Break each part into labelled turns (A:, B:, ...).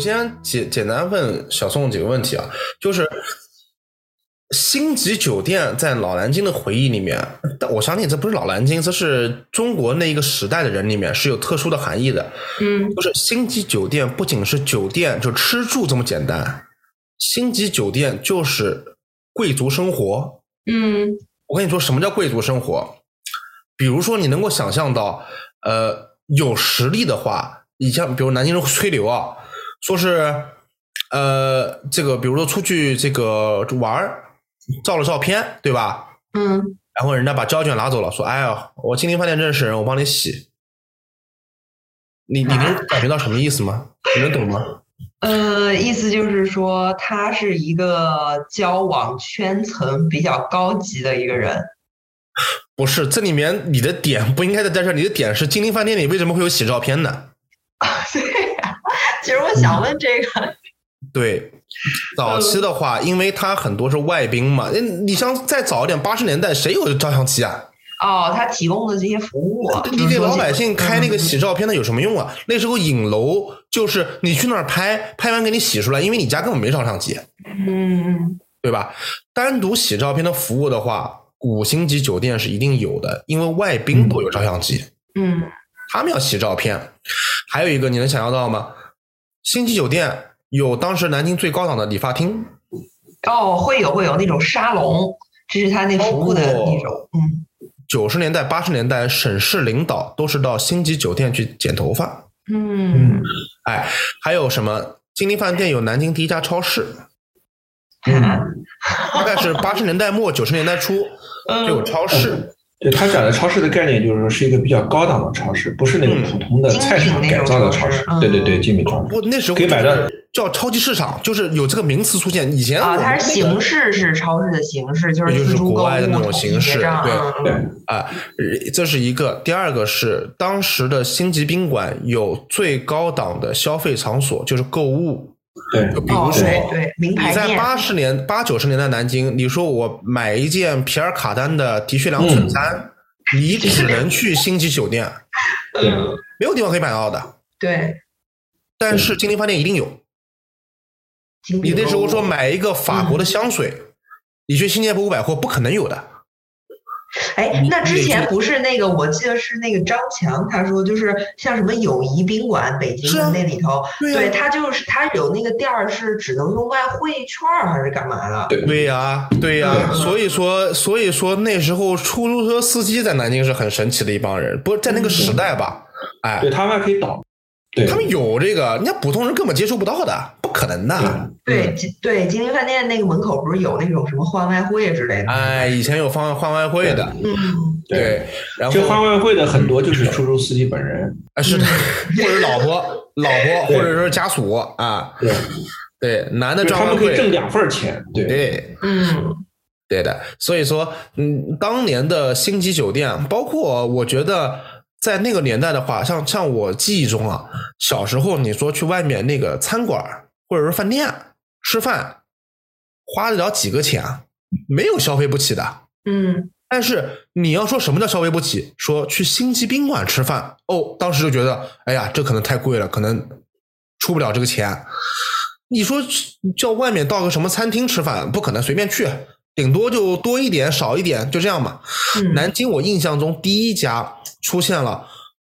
A: 先简简单问小宋几个问题啊，就是星级酒店在老南京的回忆里面，但我相信这不是老南京，这是中国那一个时代的人里面是有特殊的含义的。
B: 嗯，
A: 就是星级酒店不仅是酒店就吃住这么简单，星级酒店就是贵族生活，
B: 嗯，
A: 我跟你说，什么叫贵族生活？比如说，你能够想象到，呃，有实力的话，你像比如南京人吹牛啊，说是，呃，这个比如说出去这个玩儿，照了照片，对吧？
B: 嗯，
A: 然后人家把胶卷拿走了，说：“哎呀，我金陵饭店认识人，我帮你洗。你”你能感觉到什么意思吗？你能懂吗？
B: 呃，意思就是说他是一个交往圈层比较高级的一个人。
A: 不是，这里面你的点不应该在这儿，你的点是金陵饭店里为什么会有洗照片呢？
B: 对呀、其实我想问这个，
A: 对，早期的话，因为他很多是外宾嘛，那你像再早一点，八十年代谁有照相机啊？
B: 哦，他提供的这些服务，啊
A: 你给老百
B: 嗯
A: 姓开那个
B: 洗，
A: 洗照片的有什么用啊？那时候影楼就是你去那儿拍，拍完给你洗出来，因为你家根本没照相机，
B: 嗯
A: 对吧？单独洗照片的服务的话，五星级酒店是一定有的，因为外宾都有照相机。
B: 嗯
A: 他们要洗照片。还有一个你能想象到吗？星级酒店有当时南京最高档的理发厅，
B: 哦，会有会有那种沙龙，这是他那服务的那种，嗯
A: 九十年代、八十年代，省市领导都是到星级酒店去剪头发。
B: 嗯
A: 哎，还有什么？金陵饭店有南京第一家超市，
B: 嗯
A: 大概是八十年代末、九十年代初
B: 嗯
A: 就有超市。
C: 对他讲的超市的概念，就是说是一个比较高档的超市，不是那种普通的
B: 嗯
C: 菜市场
B: 精品那
C: 改
B: 种
C: 造的
B: 超
C: 超
B: 市
C: 市。
B: 嗯
C: 对对对，精品超市。
A: 我那时候
C: 可以买到
A: 叫超级市场，就是有这个名词出现。以前我
B: 啊，
A: 们
B: 它是
A: 那个
B: 形式是超市的形式，就
A: 也就是是
B: 自助
A: 国
B: 购物
A: 外的那种
B: 统一
A: 形式
B: 结账
A: 对
B: 嗯
C: 对，
A: 啊，这是一个。第二个是当时的星级宾馆有最高档的消费场所，就是购物。
C: 对
A: 就比如
B: 哦
A: 说，
B: 对对，名
A: 你
B: 牌
A: 在
B: 店，
A: 八十年、八九十年代南京，你说我买一件皮尔卡丹的的确良衬衫，你只能去星级酒店，
C: 对
B: 嗯
A: 没有地方可以买到的。
B: 对，
A: 但是金陵饭店一定有。
B: 精
A: 你
B: 品
A: 那时
B: 购
A: 候
B: 物
A: 说买一个法国的香水，你去新街浦百货不可能有的。
B: 哎
A: 你，
B: 那之
A: 你
B: 前
A: 这
B: 不是那个，我记得是那个张强，他说就是像什么友谊宾馆，北京
A: 是
B: 的
A: 啊
B: 那里头，
A: 对啊
B: 对他就是他有那个店儿是只能用外汇券儿还是干嘛的？
C: 对
A: 对呀、对呀、
B: 嗯
A: 所以说，所以说那时候出租车司机在南京是很神奇的一帮人，不是在那个时代吧？哎
C: 对，，他们还可以倒。对，
A: 他们有这个，人家普通人根本接触不到的，不可能的。
B: 对
A: 嗯
B: 金对，金陵饭店那个门口不是有那种什么换外汇之类的？
A: 哎，以前有换换外汇的，
B: 嗯，
A: 对，然
C: 这换
A: 后
C: 外汇的很多就是出租司机本人。
A: 哎是的，或者老婆、老婆，
C: 对
A: 或者说家属啊，
C: 对，
A: 对，男的
C: 就是
A: 赚
C: 他
A: 外
C: 们可以挣
A: 汇，
C: 两份儿钱。对，
A: 对，
B: 嗯
A: 对的，所以说，嗯，当年的星级酒店，包括我觉得在那个年代的话，像像我记忆中啊，小时候你说去外面那个餐馆儿或者是饭店吃饭，花得了几个钱啊，没有消费不起的。
B: 嗯，
A: 但是你要说什么叫消费不起，说去星级宾馆吃饭，哦，当时就觉得，哎呀，这可能太贵了，可能出不了这个钱。你说叫外面到个什么餐厅吃饭，不可能随便去，顶多就多一点少一点，就这样嘛。
B: 嗯
A: 南京我印象中第一家出现了，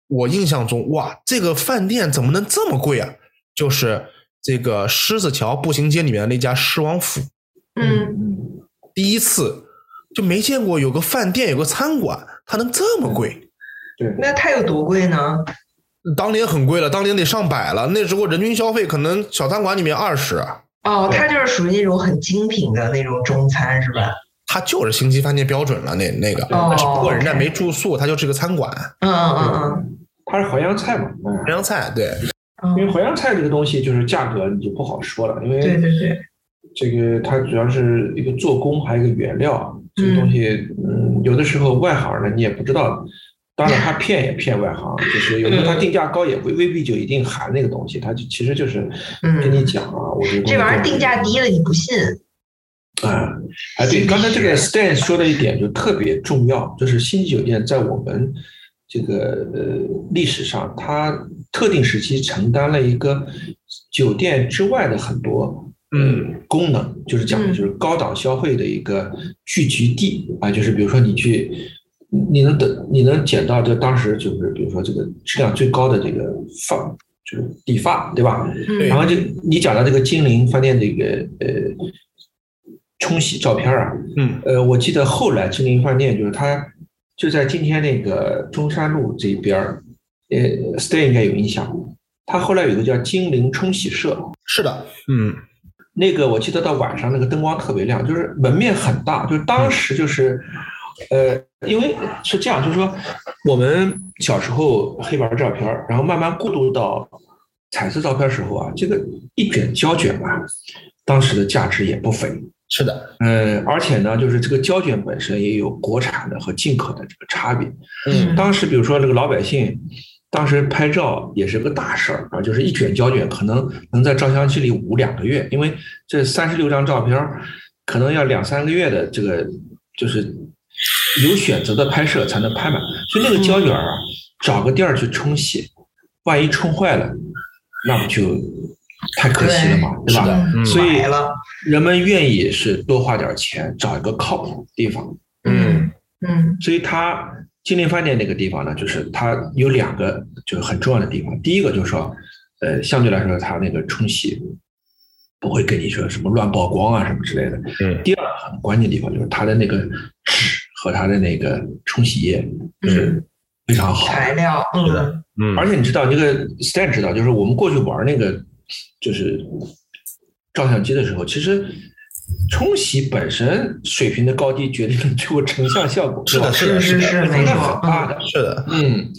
A: 我印象中哇，这个饭店怎么能这么贵啊？就是这个狮子桥步行街里面的那家狮王府。
B: 嗯，
A: 第一次就没见过有个饭店有个餐馆它能这么贵。
C: 对，
B: 那它有多贵呢？
A: 当年很贵了，当年得上百了。那时候人均消费可能小餐馆里面二十，啊
B: 哦，它就是属于那种很精品的那种中餐是吧？
A: 它就是星级饭店标准了。那那个，
B: 哦
A: 但是不过人家
B: OK
A: 没住宿，它就是个餐馆，
B: 嗯嗯
C: 他是淮扬菜嘛。嗯
A: 淮扬菜对。
B: 嗯
C: 因为
B: 嗯，
C: 淮扬菜这个东西，就是价格你就不好说了，因
B: 对
C: 为
B: 对对，
C: 这个它主要是一个做工，还有一个原料啊，这个东西，嗯，有的时候外行呢你也不知道，当然他骗也骗 外行，啊就是有时候他定价高也未未必就一定含那个东西，他就其实就是跟你讲啊，我这个东西
B: 嗯这玩意儿定价低了你不信？
C: 啊，哎对，刚才这个 Stan 说了一点就特别重要，就是星级酒店在我们这个呃历史上，它特定时期承担了一个酒店之外的很多呃
A: 嗯
C: 功能，就是讲的就是高档消费的一个聚集地啊，就是比如说你去，你能等你能捡到就当时就是比如说这个质量最高的这个发就是理发对吧？
A: 对
C: 然后这你讲到这个金陵饭店这个呃冲洗照片啊，
A: 嗯
C: 呃，我记得后来金陵饭店就是它就在今天那个中山路这边儿，呃，Stay 应该有印象。它后来有一个叫金陵冲洗社，
A: 是的，嗯
C: 那个我记得到晚上那个灯光特别亮，就是门面很大，就是当时就是，呃，因为是这样，就是说我们小时候黑白照片儿，然后慢慢过渡到彩色照片儿时候啊，这个一卷胶卷吧，当时的价值也不菲，
A: 是的，
C: 呃，而且呢，就是这个胶卷本身也有国产的和进口的这个差别。
A: 嗯
C: 当时比如说这个老百姓，当时拍照也是个大事儿啊，就是一卷胶卷可能能在照相机里捂两个月，因为这三十六张照片儿可能要两三个月的这个就是有选择的拍摄才能拍满，所以那个胶卷儿啊，找个地儿去冲洗，万一冲坏了，那不就太可惜了嘛，对
A: 是
C: 吧？
A: 的，嗯
C: 所以
B: 买了，
C: 人们愿意是多花点钱找一个靠谱的地方，
A: 嗯
B: 嗯
C: 所以它金陵饭店那个地方呢，就是它有两个就是很重要的地方。第一个就是说，呃，相对来说它那个冲洗不会跟你说什么乱曝光啊什么之类的。
A: 嗯
C: 第二个很关键的地方就是它的那个纸和它的那个冲洗液
B: 嗯，
C: 非常好，
B: 材料，
A: 是的
B: 嗯
A: 嗯，
C: 而且你知道，这个 Stan 知道，就是我们过去玩那个，就是照相机的时候，其实冲洗本身水平的高低决定了最后成像效果。
A: 是的
C: 吧
A: 是的
B: 是是没
C: 那
B: 错
C: 很大的。
A: 是的，
C: 嗯，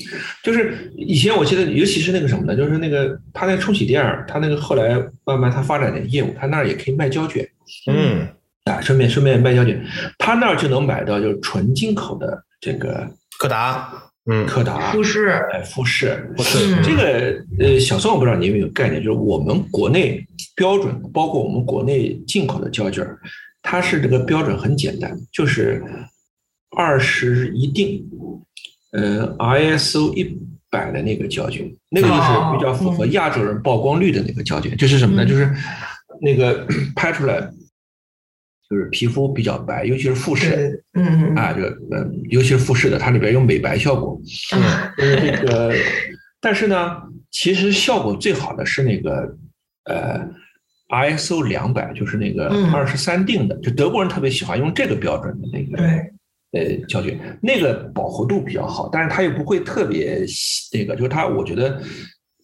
C: 就是以前我记得，尤其是那个什么呢，就是那个他那个冲洗店儿，他那个后来慢慢他发展点业务，他那儿也可以卖胶卷
A: 嗯
C: 啊，顺便顺便卖胶卷，他那儿就能买到就是纯进口的这个
A: 柯达，嗯
C: 柯达、
B: 复式，
C: 哎富士、
A: 不是
B: 嗯
C: 这个呃，小宋我不知道你有没有概念，就是我们国内标准，包括我们国内进口的胶卷儿，它是这个标准很简单，就是二十一定，呃，ISO 一百的那个胶卷，那个就是比较符合
B: 哦嗯
C: 亚洲人曝光率的那个胶卷，就是什么呢？
B: 嗯
C: 就是那个拍出来就是皮肤比较白，尤其是富士。
B: 对，嗯嗯
A: 哎
C: 啊，这个呃，尤其是富士的，它里边有美白效果，
B: 嗯，
C: 呃，这个，但是呢，其实效果最好的是那个呃 ISO 两百，就是那个
B: 嗯
C: 二十三定的，就德国人特别喜欢用这个标准的那个
B: 对，
C: 呃胶卷，那个饱和度比较好，但是它又不会特别细那个，就是它我觉得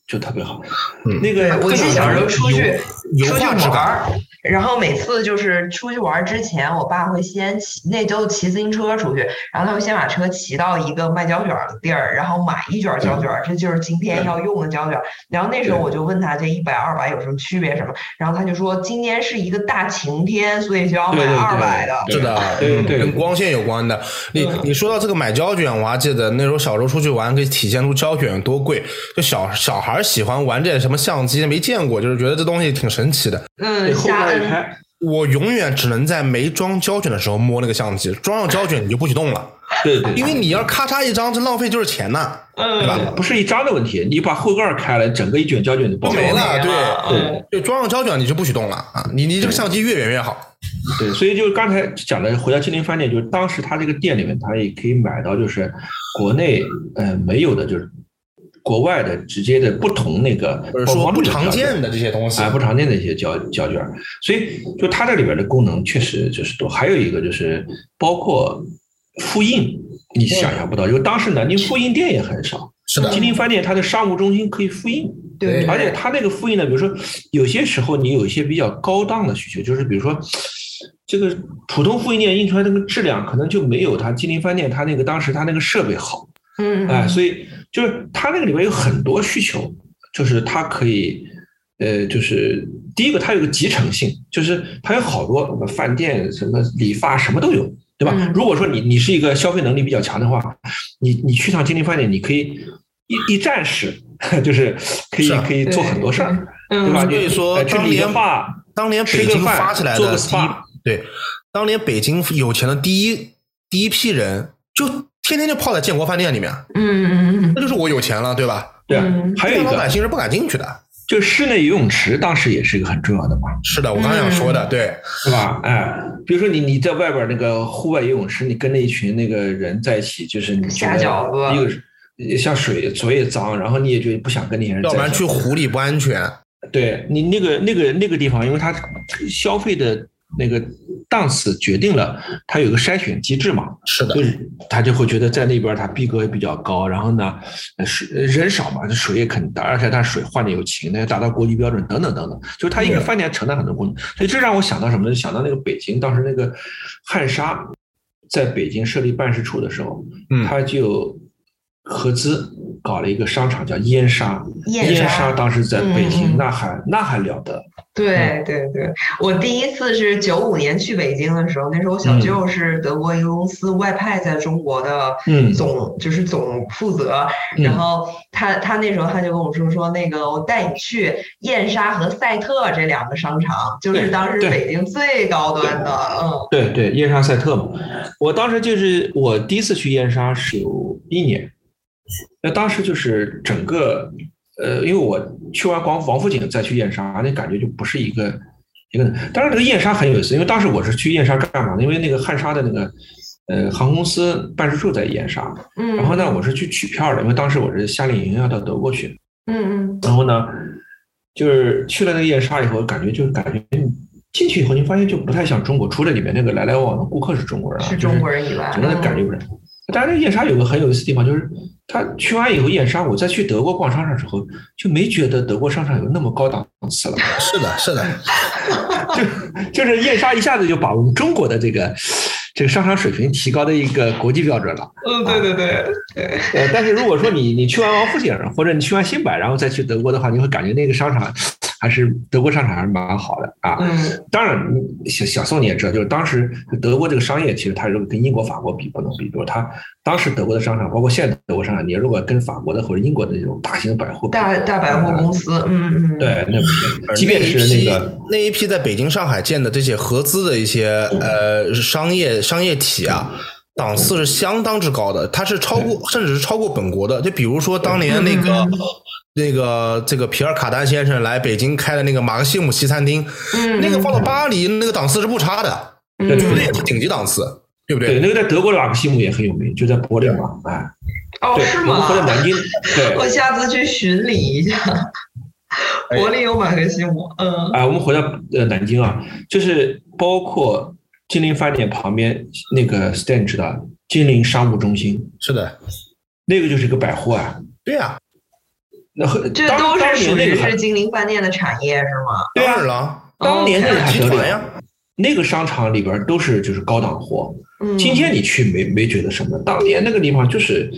C: 就特别好。
A: 嗯
C: 那
B: 对
C: 个
B: 我
C: 更
B: 记得
C: 有
B: 小时候
C: 油
B: 出去
A: 油
B: 出去
A: 画质
B: 玩
A: 感，
B: 儿，然后每次就是出去玩儿之前，我爸会先骑，那都骑自行车出去，然后他会先把车骑到一个卖胶卷儿的地儿，然后买一卷儿胶卷儿，这就是今天要用的胶卷儿。然后那时候
C: 对
B: 我就问他这一百二百有什么区别什么，然后他就说今天是一个大晴天，所以就要买
C: 对对对
B: 二百的。
A: 是的，
C: 对
A: 嗯
C: 对嗯
A: 跟光线有关的。你你说到这个买胶卷，我还记得那时候小时候出去玩，可以体现出胶卷有多贵。就小小孩喜欢玩这什么相机，没见过，就是觉得这东西挺神奇的。
C: 对
B: 嗯，
C: 后
B: 夏
C: 面一
B: 恩，
C: 拍，
A: 我永远只能在没装胶卷的时候摸那个相机，装上胶卷你就不许动了，
C: 对对，
A: 因为你要咔嚓一张，这浪费就是钱呐，
B: 嗯
A: 对吧？
C: 不是一张的问题，你把后盖儿开了，整个一卷胶卷就爆
A: 都没
C: 了。啊
A: 了，对。
C: 对，
A: 就装上胶卷你就不许动了啊！你你这个相机越远越好。
C: 对，所以就是刚才讲的，回到金陵饭店，就是当时他这个店里面，他也可以买到就是国内呃没有的，就是国外的直接的不同那个
A: 或者
C: 曝
A: 说
C: 光
A: 不
C: 率的
A: 常
C: 胶卷
A: 见的这些东西
C: 啊，不常见的一些胶胶卷儿，所以就它这里边的功能确实就是多。还有一个就是包括复印，你想象不到，就当时南京复印店也很少，
A: 是的，
C: 金陵饭店它的商务中心可以复印，
B: 对，
C: 哎而且它那个复印呢，比如说有些时候你有一些比较高档的需求，就是比如说这个普通复印店印出来那个质量，可能就没有它金陵饭店它那个当时它那个设备好，
B: 嗯，
C: 哎，
B: 嗯
C: 所以就是它那个里面有很多需求，就是它可以，呃，就是第一个它有个集成性，就是它有好多什么饭店、什么理发什么都有，对吧
B: 嗯？
C: 如果说你你是一个消费能力比较强的话，你你去趟金陵饭店，你可以一一站式， 就是可以
A: 是啊
C: 可以做很多事儿，
B: 嗯
C: 对吧？
A: 所以
C: 你
A: 说
C: 哎去
A: 当
C: 理个
A: 年
C: 发，
A: 当年
C: 吃
A: 北
C: 个
A: 京
C: 饭
A: 发起来
C: 做
A: 的
C: 个
A: 第一
C: SPA
A: 对，当年北京有钱的第一第一批人就天天就泡在建国饭店里面，
B: 嗯嗯嗯
A: 那就是我有钱了，对吧？
C: 对啊
B: 嗯，
C: 还有一
A: 一般老
C: 个
A: 百姓是不敢进去的。
C: 就室内游泳池，当时也是一个很重要的嘛，
A: 是的，我刚想说
C: 嗯
A: 的，对，
C: 是吧？哎，比如说你你在外边那个户外游泳池，你跟那一群那个人在一起，就是你觉
B: 下
C: 得
B: 饺子
C: 一个是也像水水也脏，然后你也觉得不想跟那些人在
A: 要
C: 一起，
A: 不然去湖里不安全。
C: 对你那个那个那个地方，因为它消费的那个档次决定了它有个筛选机制嘛，
A: 是的
C: 就，是他就会觉得在那边他逼格也比较高，然后呢，呃水呃人少嘛，这水也肯大，而且他水换的有勤，那达到国际标准等等等等，就是他一个
A: 对
C: 饭店承担很多功能，所以这让我想到什么呢？想到那个北京当时那个汉莎在北京设立办事处的时候，
A: 嗯
C: 他就合资搞了一个商场叫燕莎，
B: 燕莎
C: 莎当时在北
B: 嗯嗯
C: 京
B: 嗯
C: 那还那还了得，
B: 对
C: 嗯
B: 对对，我第一次是九五年去北京的时候，那时候我
C: 嗯
B: 小舅是德国一个公司外派在中国的
C: 嗯
B: 总，就是总负责。
C: 嗯
B: 然后他他那时候他就跟我说说那个我带你去燕莎和赛特这两个商场，就是
C: 对
B: 当时
C: 对
B: 北京最高端的，嗯
C: 对对，燕莎赛特嘛，我当时就是我第一次去燕莎是有一年，那当时就是整个，呃，因为我去完王王府井再去燕莎，那感觉就不是一个一个。当然，这个燕莎很有意思，因为当时我是去燕莎干嘛呢？因为那个汉莎的那个呃航空公司办事处在燕莎，
B: 嗯。
C: 然后呢，我是去取票的，因为当时我是夏令营要到德国去，
B: 嗯嗯
C: 然后呢，就是去了那个燕莎以后，感觉就是感觉你进去以后，你发现就不太像中国，除了里面那个来来往往的顾客是中国人啊，
B: 是中国人以外嗯
C: 就是整个的感觉不是。但是那个燕莎有个很有意思的地方，就是他去完以后，燕莎我再去德国逛商场之后，就没觉得德国商场有那么高档次了，
A: 是的，是的，
C: 就就是燕莎一下子就把我们中国的这个这个商场水平提高的一个国际标准了。
B: 嗯，对对对，
C: 呃，但是如果说你你去完王府井或者你去完新百，然后再去德国的话，你会感觉那个商场还是德国商场还是蛮好的啊。
B: 嗯
C: 当然，你小小宋你也知道，就是当时德国这个商业其实它如果跟英国、法国比不能比，比如它当时德国的商场，包括现在德国商场，你如果跟法国的或者英国的那种大型百货比，
B: 大大百货公司，嗯嗯，
C: 对，那不即便
A: 那一
C: 是
A: 批
C: 那个
A: 那一批在北京、上海建的这些合资的一些呃商业商业体啊，档次是相当之高的，它是超过甚至是超过本国的。就比如说当年那个
B: 嗯。
A: 那个这个皮尔卡丹先生来北京开的那个马克西姆西餐厅，
B: 嗯，
A: 那个放到巴黎那个档次是不差的，
B: 嗯
C: 对
A: 那也是顶级档次，对不对？
C: 对那个在德国的马克西姆也很有名，就在柏林嘛，哎，
B: 哦，
C: 对，
B: 是
C: 我们
B: 吗
C: 或？者南京， 对，
B: 我下次去巡礼一下。
A: 哎
B: 柏林有马克西姆，嗯
C: 啊，我们回到呃南京啊，就是包括金陵饭店旁边那个 Stan 知道，金陵商务中心
A: 是的，
C: 那个就是一个百货啊。
A: 对呀，
C: 那和
B: 这
C: 当
B: 都
C: 当
B: 是属
C: 年那
B: 于
C: 个
B: 是
C: 还
B: 金陵饭店的产业是吗？
C: 对
A: 当
C: 啊
A: 然，了，
C: 当年那个还
A: 集
C: 得
A: 团呀
C: 了，，那个商场里边都是就是高档货。
B: 嗯，
C: 今天你去没没觉得什么，当年那个地方就是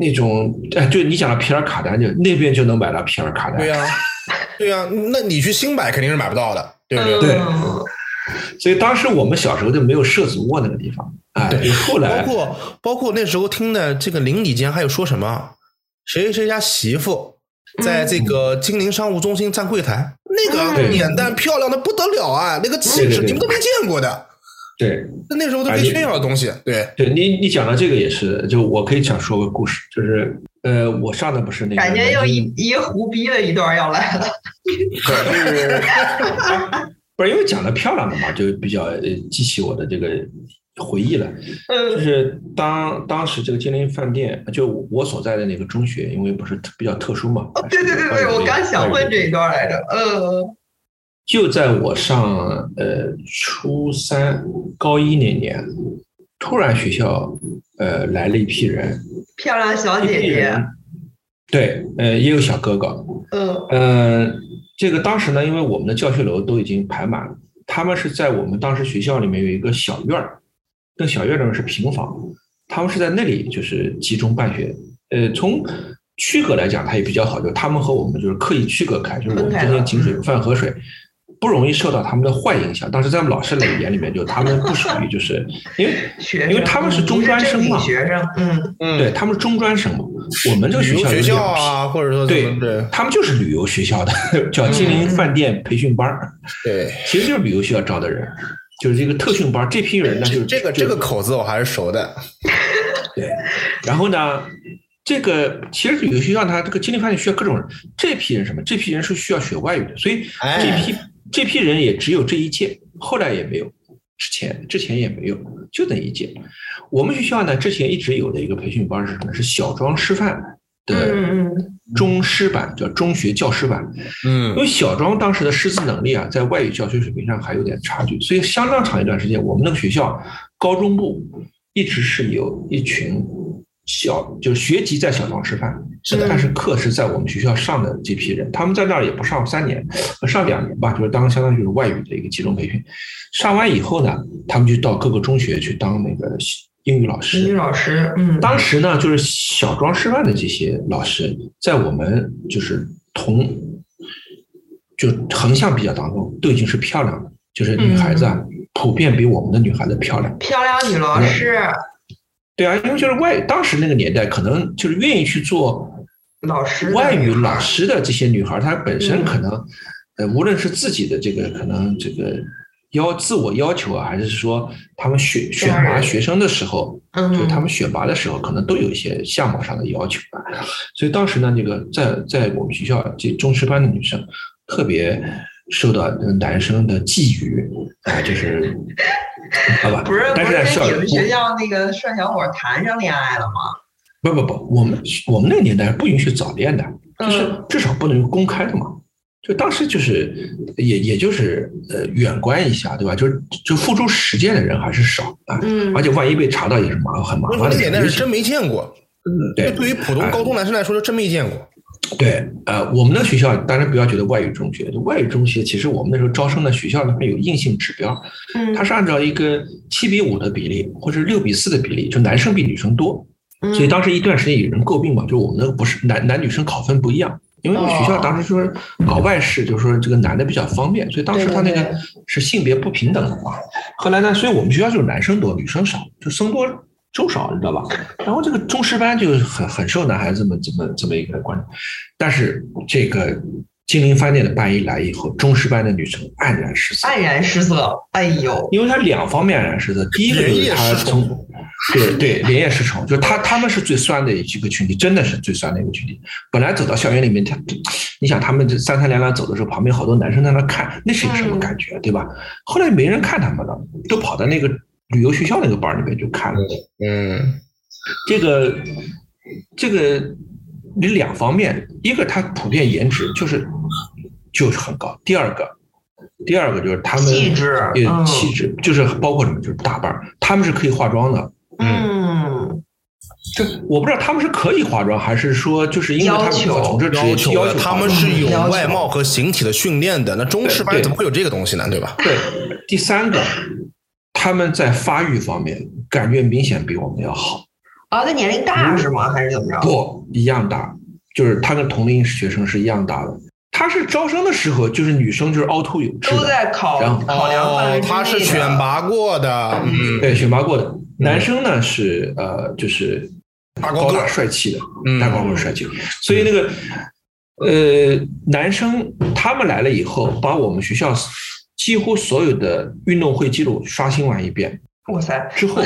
C: 那种哎，就你讲了皮尔卡丹，就那边就能买到皮尔卡丹。
A: 对呀，对呀，那你去新百肯定是买不到的，对不对？
C: 对
B: 嗯
C: 所以当时我们小时候就没有涉足过那个地方啊。
A: 对
C: 就后
A: 包
C: 来
A: 括包括那时候听的这个邻里间还有说什么，谁谁家媳妇
C: 嗯
A: 在这个金陵商务中心站柜台，那个
B: 对
A: 脸蛋漂亮的不得了啊，那个气
C: 对对
A: 质
C: 对
A: 你们都没见过的，
C: 对
A: 那那时候都被炫耀的东
C: 啊
A: 西，对，
C: 对你，你讲的这个也是，就我可以想说个故事，就是呃，我上的不是那个
B: 感觉又
C: 南
B: 一
C: 京
B: 一胡逼的一段要来了。
C: 就是，不是因为讲的漂亮的嘛，就比较呃激起我的这个回忆了。就
B: 嗯
C: 是当当时这个金陵饭店，就我我所在的那个中学，因为不是特比较特殊嘛，还
B: 哦对
C: 是
B: 对对对，
C: 外语
B: 我刚想问这一段来着。嗯
C: 就在我上呃初三高一那年，突然学校呃来了一批人，
B: 漂亮小
C: 一
B: 姐
C: 批
B: 姐
C: 人，，对，呃也有小哥哥，
B: 嗯
C: 嗯，这个当时呢，因为我们的教学楼都已经排满了，他们是在我们当时学校里面有一个小院儿，那个小院儿里面是平房，他们是在那里就是集中办学。呃，从区隔来讲，它也比较好，就是他们和我们就是刻意区隔开，就是我们之间井水不
B: 嗯
C: 犯河水，不容易受到他们的坏影响。当时在我们老师的眼里面，就他们不属于就是因为
B: 学生，
C: 因为他们是
B: 嗯
C: 中专
B: 不是正
C: 生
B: 经
C: 嘛
B: 学生，嗯
A: 嗯
C: 对，他们是中专生嘛，我们这个
A: 旅
C: 学
A: 游
C: 校有
A: 学
C: 两
A: 校
C: 批
A: 啊，或者说什
C: 对
A: 么对
C: 他们就是旅游学校的， 叫金陵饭店培训班儿，
A: 对，
C: 其实就是旅游学校招的人，就是这个特训班儿。这批人呢，就是
A: 这个
C: 就
A: 这个口子我还是熟的，
C: 对，然后呢，这个其实有些让他这个精力发展需要各种人，这批人什么？这批人是需要学外语的，所以
A: 哎
C: 这批、这批人也只有这一届，后来也没有，之前之前也没有，就那一届。我们学校呢，之前一直有的一个培训班是什么？是小庄师范的
B: 嗯嗯
C: 中师版，叫中学教师版。因
A: 嗯
C: 为小庄当时的师资能力啊，在外语教学水平上还有点差距，所以相当长一段时间，我们那个学校高中部一直是有一群小，就是学籍在小庄师范，
A: 是
B: 的
C: 但是课是在我们学校上的这批人，他们在那儿也不上三年，呃上两年吧，就是当相当于是外语的一个集中培训。上完以后呢，他们就到各个中学去当那个英语老师，
B: 英语老师，嗯，
C: 当时呢，就是小庄师范的这些老师，在我们就是同就横向比较当中，都已经是漂亮的，就是女孩子啊，普遍比我们的女孩子漂亮。
B: 漂亮女老
C: 嗯
B: 师，
C: 对啊，因为就是外当时那个年代，可能就是愿意去做
B: 老师的
C: 外语
B: 女孩
C: 老师的这些女孩，她本身
B: 嗯
C: 可能，呃，无论是自己的这个可能这个要自我要求啊，还是说他们选选
B: 家
C: 拔
B: 人
C: 学生的时候，
B: 嗯，
C: 就他们选拔的时候，可能都有一些项目上的要求吧。所以当时呢，这个在在我们学校这中师班的女生特别受到男生的觊觎啊， 就是，好吧？
B: 不是不
C: 但
B: 是
C: 是在校
B: 跟你
C: 园
B: 们学校那个帅小伙谈上恋爱了吗？
C: 不不不，我们我们那个年代是不允许早恋的，就是
B: 嗯
C: 至少不能公开的嘛。就当时就是也也就是呃远观一下，对吧？就是就付诸实践的人还是少啊，
B: 嗯
C: 而且万一被查到也是麻很麻
A: 我说
C: 烦的
A: 那
C: 事
A: 年
C: 情。
A: 代是真没见过，
C: 对哎
A: 对于普通高中男生来说，就真没见过。
C: 对，呃，我们那学校当然不要觉得外语中学，外语中学其实我们那时候招生的学校里面有硬性指标，
B: 嗯
C: 它是按照一个七比五的比例或者六比四的比例，就男生比女生多，
B: 嗯
C: 所以当时一段时间有人诟病嘛，就是我们那个不是男男女生考分不一样，因
B: 哦
C: 为学校当时说搞外事，就是说这个男的比较方便，所以当时他那
B: 对
C: 个
B: 对对
C: 是性别不平等的嘛。后来呢，所以我们学校就是男生多，女生少，就僧多粥少，你知道吧？然后这个中师班就是很很受男孩子们这么这么一个关注，但是这个金陵饭店的班一来以后，中师班的女生黯然失色。
B: 黯然失色，哎呦，
C: 因为它两方面染是的，第一个就是它
A: 连夜失
C: 从，对对，连夜失宠，就是他他们是最酸的一个群体，真的是最酸的一个群体。本来走到校园里面，他，你想他们这三三两两走的时候，旁边好多男生在那看，那是一个什么感觉，对吧？后来没人看他们了，都跑到那个旅游学校那个班里面就看了。
A: 嗯
C: 这个这个你两方面，一个它普遍颜值就是就是很高，第二个第二个就是他们
B: 气质
C: 也
B: 嗯
C: 气质就是包括什么就是打扮，他们是可以化妆的。
B: 嗯，
C: 这我不知道他们是可以化妆，还是说就是因为他们
B: 要求
C: 从事职业
A: 要
C: 去
A: 求
C: 要
A: 的
C: 求
A: 啊他
C: 化
A: 们
C: 妆
A: 是有
B: 要求
A: 外貌和形体的训练的，那中师班
C: 对对
A: 怎么会有这个东西呢？对吧？
C: 对，第三个他们在发育方面感觉明显比我们要好。
B: 啊，他年龄大是吗？还是怎么着？
C: 嗯不一样大，就是他跟同龄学生是一样大的。他是招生的时候，就是女生就是凹凸有致
B: 都
C: 的，
B: 在考
C: 然后
B: 考量范围
A: 哦，
B: 之内的
A: 他是选拔过的，嗯
C: 对，选拔过的。男生呢是呃，就是
A: 大嗯高
C: 高
A: 个
C: 大
A: 儿
C: 帅气的，
A: 嗯
C: 大高个儿帅气。所以那个呃，男生他们来了以后，把我们学校几乎所有的运动会记录刷新完一遍，
B: 哇塞，
C: 之后，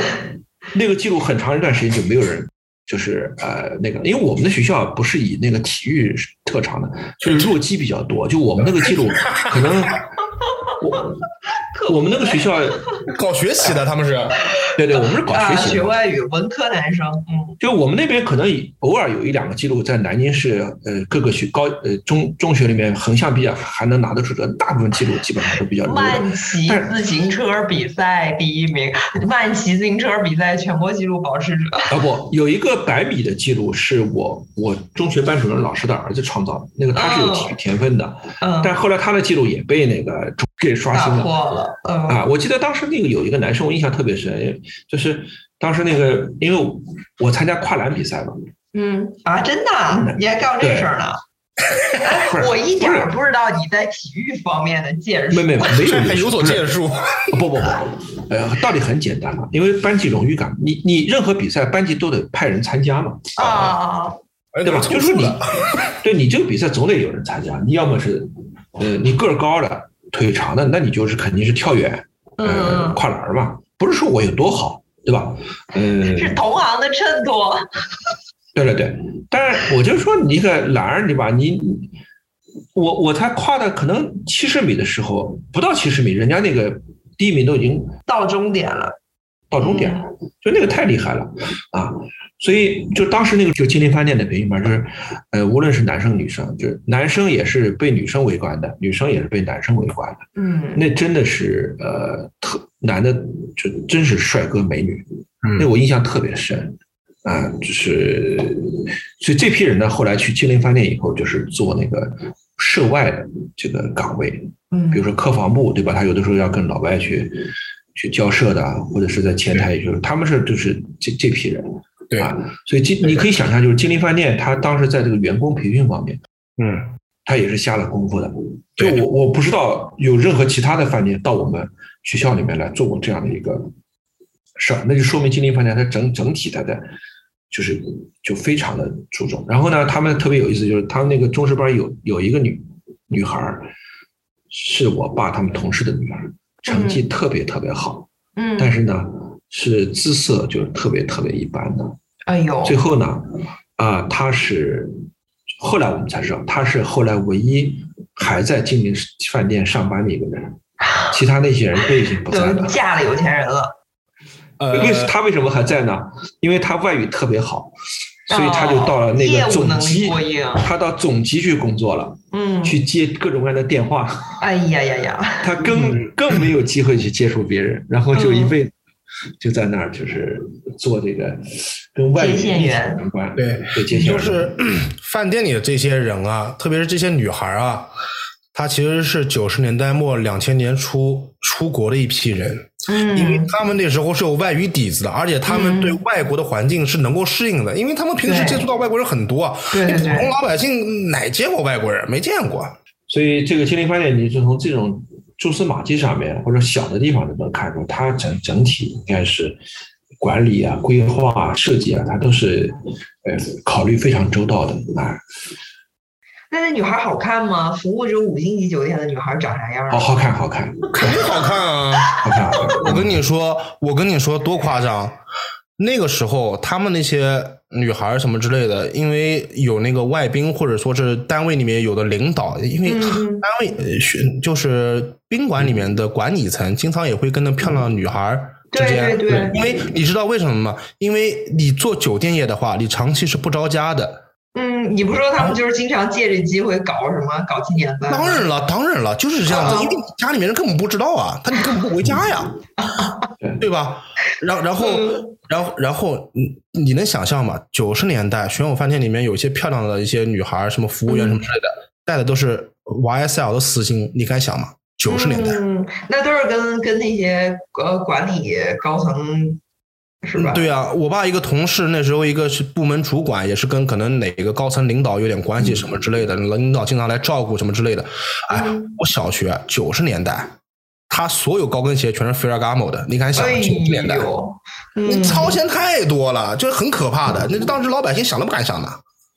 C: 那个记录很长一段时间就没有人，就是呃那个，因为我们的学校不是以那个体育特长的，就是弱鸡比较多，就我们那个记录可能。我我们那个学校，
A: 搞学习的，他们是
C: 对对，我们是搞
B: 啊，
C: 学习
B: 学
C: 的，
B: 外语文科男生，嗯
C: 就我们那边可能偶尔有一两个记录在南京市，呃，各个学高呃中中学里面横向比较还能拿得出的，大部分记录基本上都比较弱的。
B: 慢骑自行车比赛第一名， 慢骑自行车比赛全国纪录保持者，
C: 啊不，有一个百米的记录是我我中学班主任老师的儿子创造的，那个他是有体育天分的，
B: 嗯，
C: 但后来他的记录也被那个中给刷
B: 打
C: 新
B: 破
C: 了。
B: 了，嗯
C: 啊，我记得当时那个有一个男生，我印象特别深，就是当时那个，因为我参加跨栏比赛嘛，
B: 嗯啊，真的啊，你还干过这事儿呢？
C: 不是
B: 我一点儿不知道你在体育方面的建
C: 没
B: 树。
C: 没 没
A: 这
C: 有
A: 还有所
C: 见。
A: 建 树。
C: 不不不，
A: 啊
C: 呃，道理很简单嘛，因为班级荣誉感，你你任何比赛班级都得派人参加嘛，
B: 啊啊，啊
A: 哎，
C: 对吧？
A: 凑
C: 就
A: 数
C: 是你
A: 的，
C: 对你这个比赛总得有人参加，你要么是，呃，你个儿高的、腿长的，那你就是肯定是跳远，
B: 嗯
C: 呃，跨栏嘛。不是说我有多好，对吧？嗯，
B: 是同行的衬托。
C: 对对对，但是我就说你一个懒儿，你吧，你我我才跨到可能七十米的时候，不到七十米，人家那个第一名都已经
B: 到终点了，
C: 到终点了，就那个太厉害了啊！所以就当时那个就金陵饭店的培训班，就是呃，无论是男生女生，就是男生也是被女生围观的，女生也是被男生围观的，
B: 嗯，
C: 那真的是呃特男的就真是帅哥美女，
A: 嗯
C: 那我印象特别深啊，就是所以这批人呢，后来去金陵饭店以后，就是做那个涉外的这个岗位，
B: 嗯
C: 比如说客房部，对吧？他有的时候要跟老外去去交涉的啊，或者是在前台，就是他们是就是这这批人，
A: 对
C: 啊，所以金你可以想象，就是金陵饭店，他当时在这个员工培训方面，
A: 嗯，
C: 他也是下了功夫的。就
A: 对
C: 我我不知道有任何其他的饭店到我们学校里面来做过这样的一个事儿，那就说明金陵饭店它整整体它的就是就非常的注重。然后呢，他们特别有意思，就是他们那个中师班有有一个女女孩儿，是我爸他们同事的女儿，成绩特别特别好，
B: 嗯，
C: 但是呢是姿色就是特别特别一般的。
B: 哎呦，
C: 最后呢，啊、他是后来我们才知道，他是后来唯一还在金陵饭店上班的一个人，其他那些人都已经不在
B: 等于
C: 了。
B: 嫁了有钱人了，
A: 呃，
C: 为什他为什么还在呢？因为他外语特别好，所以他就到了那
B: 哦业
C: 个
B: 务
C: 总
B: 能力
C: 机，
B: 过硬，
C: 他到总机去工作了，
B: 嗯，
C: 去接各种各样的电话，
B: 哎呀呀呀，
C: 他
B: 嗯
C: 更更没有机会去接触别人，然后就一辈子就在那儿就是做这个跟外语
B: 接线员
C: 有关，
A: 对
C: 对接线
A: 就
C: 员
A: 是 饭店里的这些人啊，特别是这些女孩啊，她其实是九十年代末两千年初出国的一批人，因为
B: 嗯，
A: 他们那时候是有外语底子的，而且他们对外国的环境是能够适应的，因为他们平时
B: 对
A: 接触到外国人很多啊，
B: 对对
A: 你普通
B: 对，
A: 老百姓哪见过外国人？没见过。
C: 所以这个心灵饭店，你就从这种蛛丝马迹上面或者小的地方就能看出，它整整体应该是管理啊、规划啊、设计啊，它都是呃考虑非常周到的啊，
B: 那那女孩好看吗？服务这种五星级酒店的女孩长啥样
C: 好
B: 啊？
C: 哦好看，好看，
A: 肯定好看啊！
C: 好看。好看
A: 我跟你说，我跟你说多夸张！那个时候，他们那些女孩儿什么之类的，因为有那个外宾或者说是单位里面有的领导，因为
B: 嗯嗯
A: 单位呃学就是宾馆里面的管理层，经常也会跟那漂亮的女孩儿之
B: 对
A: 间
B: 对对，
A: 因为你知道为什么吗？因为你做酒店业的话，你长期是不着家的。
B: 嗯，你不说他们就是经常借这机会搞什么搞青年班？
A: 当然了，当然了，就是这样子，
B: 啊
A: 因为你家里面人根本不知道啊，他你根本不回家呀，
C: 对
A: 对吧？然然后
B: 嗯，
A: 然后，然后你你能想象吗？九十年代玄武饭店里面有一些漂亮的一些女孩儿，什么服务员什么之类的，带的都是 YSL 的丝巾，你敢想吗？九十年代，
B: 嗯，那都是跟跟那些呃管理高层是吧？
A: 对啊，我爸一个同事那时候一个是部门主管，也是跟可能哪个高层领导有点关系什么之类的，领导经常来照顾什么之类的。哎
B: 嗯，
A: 我小学九十年代，他所有高跟鞋全是 Ferragamo 的，你敢想
B: 哎
A: 九十年代？
B: 呦，嗯
A: 你，超前太多了，就是很可怕的。那当时老百姓想都不敢想的。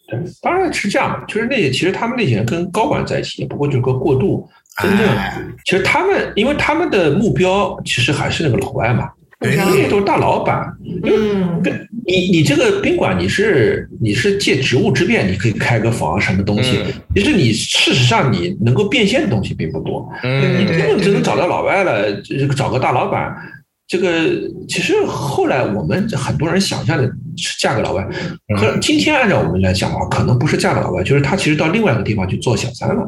C: 对当然是这样，就是那些其实他们那些人跟高管在一起，也不过就是个过渡。真正
A: 哎
C: 其实他们，因为他们的目标其实还是那个老外嘛，
A: 对
C: 因为都是大老板，
B: 嗯，
C: 跟你你这个宾馆你是你是借职务之便，你可以开个房什么东西，
A: 嗯
C: 其实你事实上你能够变现的东西并不多，
B: 嗯
C: 你
B: 对
C: 真正只能找到老外了，这个找个大老板。这个其实后来我们很多人想象的是嫁给老外，可今天按照我们来讲的话，可能不是嫁给老外，就是他其实到另外一个地方去做小三了。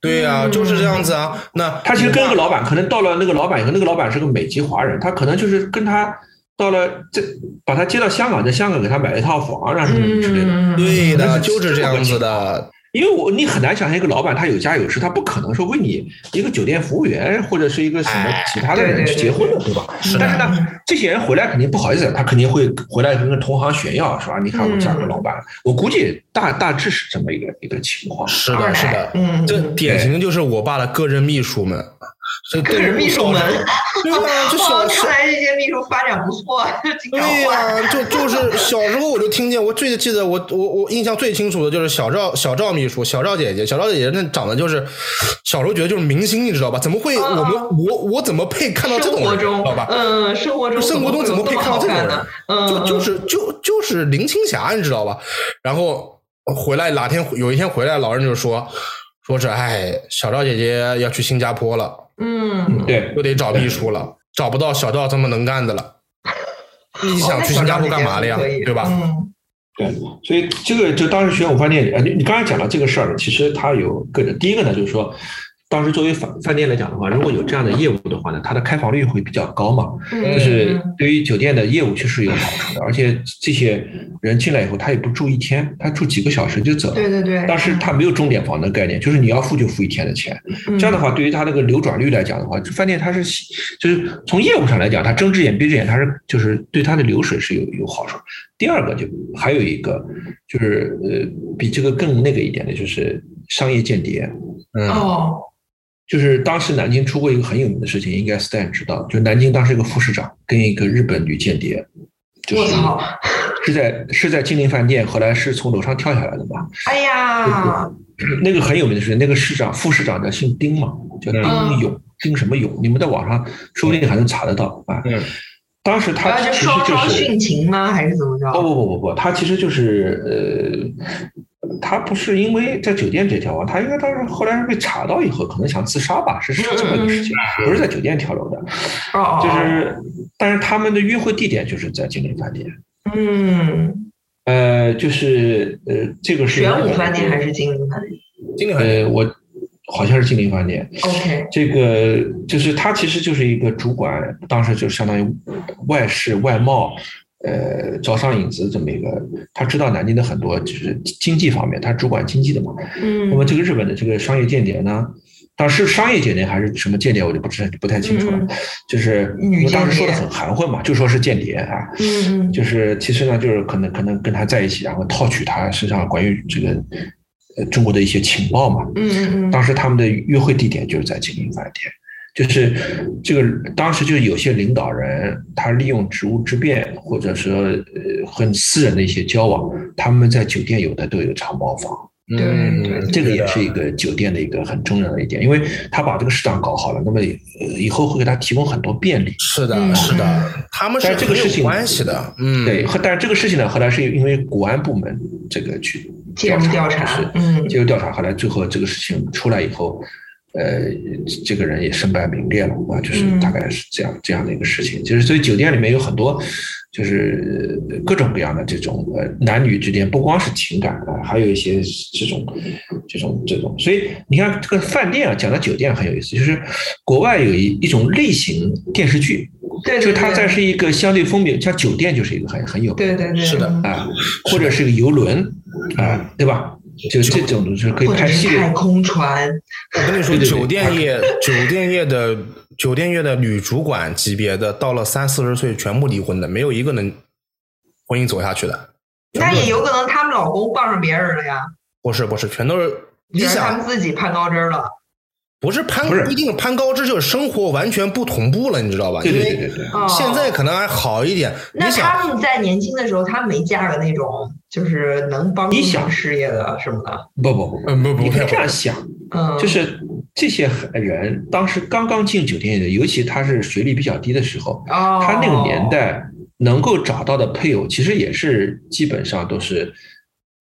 A: 对呀、就是这样子啊。那
C: 他其实跟那个老板，可能到了那个老板以后，那个老板是个美籍华人，他可能就是跟他到了这，把他接到香港，在香港给他买了一套房啊什么什么之类的。
B: 嗯，
A: 对
C: 那
A: 的，
C: 是
A: 就是这样子的。
C: 因为我你很难想象一个老板他有家有室，他不可能说为你一个酒店服务员或者是一个什么其他的
B: 哎对
C: 人
B: 对
C: 去
B: 对
C: 结婚的，对吧？
A: 是
C: 但是
A: 的，
C: 呢，这些人回来肯定不好意思，他肯定会回来跟同行炫耀，是吧？你看我嫁给老板，我估计大大致是这么一个一个情况。
A: 是
B: 二
A: 的，
B: 奶
A: 是的。
B: 嗯，
A: 这典型的就是我爸的个人秘书们，所以
B: 个人秘书们，
A: 对啊，就小
B: 哦，看来这些间艺术发展不错， 经常
A: 对
B: 换。
A: 呀、就 就是小时候我就听见，我最记得我我我印象最清楚的就是小赵小赵秘书小赵姐姐小赵姐姐那长得就是小时候觉得就是明星，你知道吧？怎么会
B: 嗯嗯
A: 我们、我我怎么配看到这
B: 生
A: 种
B: 活
A: 人，
B: 中
A: 知道吧，？
B: 嗯，生活中
A: 生活中怎么
B: 么
A: 会看到这种人
B: 呢？嗯，
A: 就就
B: 嗯
A: 是就就是林青霞，你知道吧？然后回来哪天有一天回来，老人就说说是哎，小赵姐姐要去新加坡了，
B: 嗯，
C: 对，
A: 又得找秘书了，找不到小赵这么能干的了。你想去新加坡干嘛了呀？
B: 哦那小赵姐姐可以
A: 对吧？
B: 嗯
C: 对，所以这个就当时学我饭店，呃，你你刚才讲到这个事儿，其实它有个人，第一个呢，就是说，当时作为饭饭店来讲的话，如果有这样的业务的话呢，它的开房率会比较高嘛，
B: 嗯，
C: 就是
B: 嗯
C: 对于酒店的业务确实有好处的，而且这些人进来以后，他也不住一天，他住几个小时就走了。
B: 对对对，
C: 当时他没有钟点房的概念，就是你要付就付一天的钱。
B: 嗯
C: 这样的话，对于他那个流转率来讲的话，饭店它是就是从业务上来讲，它睁只眼闭只眼，它是就是对它的流水是有有好处。第二个就还有一个就是呃，比这个更那个一点的就是商业间谍。
A: 嗯
B: 哦，
C: 就是当时南京出过一个很有名的事情，应该 Stan 知道，就南京当时一个副市长跟一个日本女间谍，就
B: 我
C: 是
B: 操，
C: 是在是在金陵饭店，后来是从楼上跳下来的嘛。
B: 哎呀，
C: 那个很有名的是那个市长，副市长叫姓丁嘛，叫
B: 嗯
C: 丁勇，丁什么勇？你们在网上说不定还能查得到啊。
A: 嗯，
C: 当时他
B: 然后
C: 其
B: 就
C: 实
B: 双
C: 就
B: 双
C: 是
B: 殉情吗？还是怎么着？
C: 哦不不不不，他其实就是呃，他不是因为在酒店这条啊，他应该当时后来是被查到以后，可能想自杀吧，是是
B: 嗯
C: 这么一个事情，不是在酒店跳楼的，
B: 哦哦，
C: 就是但是他们的约会地点就是在金陵饭店，
B: 嗯，
C: 呃，就是呃这个是
B: 玄武饭店还是金陵饭店
A: 经理很
C: 呃我好像是金陵饭店，
B: ？OK，
C: 这个就是他其实就是一个主管，当时就相当于外事外贸，呃，招商引资这么一个，他知道南京的很多就是经济方面，他主管经济的嘛。
B: 嗯，
C: 那么这个日本的这个商业间谍呢，当时商业间谍还是什么间谍，我就不知不太清楚了
B: 嗯。
C: 就是
B: 女
C: 我当时
B: 间谍
C: 说的很含混嘛，就说是间谍啊。
B: 嗯嗯，
C: 就是其实呢，就是可能可能跟他在一起，然后套取他身上关于这个呃中国的一些情报嘛。
B: 嗯嗯嗯，
C: 当时他们的约会地点就是在金陵饭店，就是这个当时就有些领导人他利用职务之便，或者说呃很私人的一些交往，他们在酒店有的都有长包房，
B: 对
A: 嗯
C: 这个也
A: 对的
C: 是一个酒店的一个很重要的一点，因为他把这个市场搞好了，那么呃以后会给他提供很多便利。
A: 是的，
B: 嗯
A: 是的，他们是
C: 但这个
A: 很有
C: 事情
A: 关系的，嗯，
C: 对，和但是这个事情呢，后来是因为国安部门这个去
B: 介
C: 调
B: 入
C: 查，
B: 调查
C: 就是，
B: 嗯
C: 介入调查，后来最后这个事情出来以后，呃，这个人也身败名裂了啊，就是
B: 嗯
C: 大概是这样、这样的一个事情。就是所以酒店里面有很多，就是呃各种各样的这种呃男女之间，不光是情感啊，还有一些这种这种这种。所以你看这个饭店啊，讲到酒店很有意思，就是国外有一一种类型电视剧，
B: 对，
C: 就
B: 对
C: 是它在是一个相对风靡，像酒店就是一个很很有名
B: 对对对，
A: 是的
C: 啊，或者是个游轮啊，对吧？就这种就是可以
B: 或者
C: 拍系
B: 是
C: 列
B: 太空船，
A: 我跟你说，
C: 对对对
A: 酒店业酒店业的酒店业的女主管级别的，到了三四十岁全部离婚的，没有一个能婚姻走下去的。
B: 那也有可能他们老公傍上别人了呀，
A: 不是不是，全都是你
B: 只是他
A: 想
B: 们自己攀高枝儿了。
A: 不是攀
C: 不是
A: 一定攀高枝，就是生活完全不同步了，你知道吧？
C: 对对对
A: 因为
C: 对对，
B: 哦
A: 现在可能还好一点。
B: 那
A: 你想，
B: 他们在年轻的时候，他们没嫁个那种就是能帮助
C: 你想
B: 事业的什么的，
C: 不不不
A: 嗯，不
C: 呃不，
A: 不
C: 你可以
A: 太
C: 这
A: 好
C: 样想，
B: 嗯，
C: 就是这些人当时刚刚进酒店业的，尤其他是学历比较低的时候，
B: 哦，
C: 他那个年代能够找到的配偶，其实也是基本上都是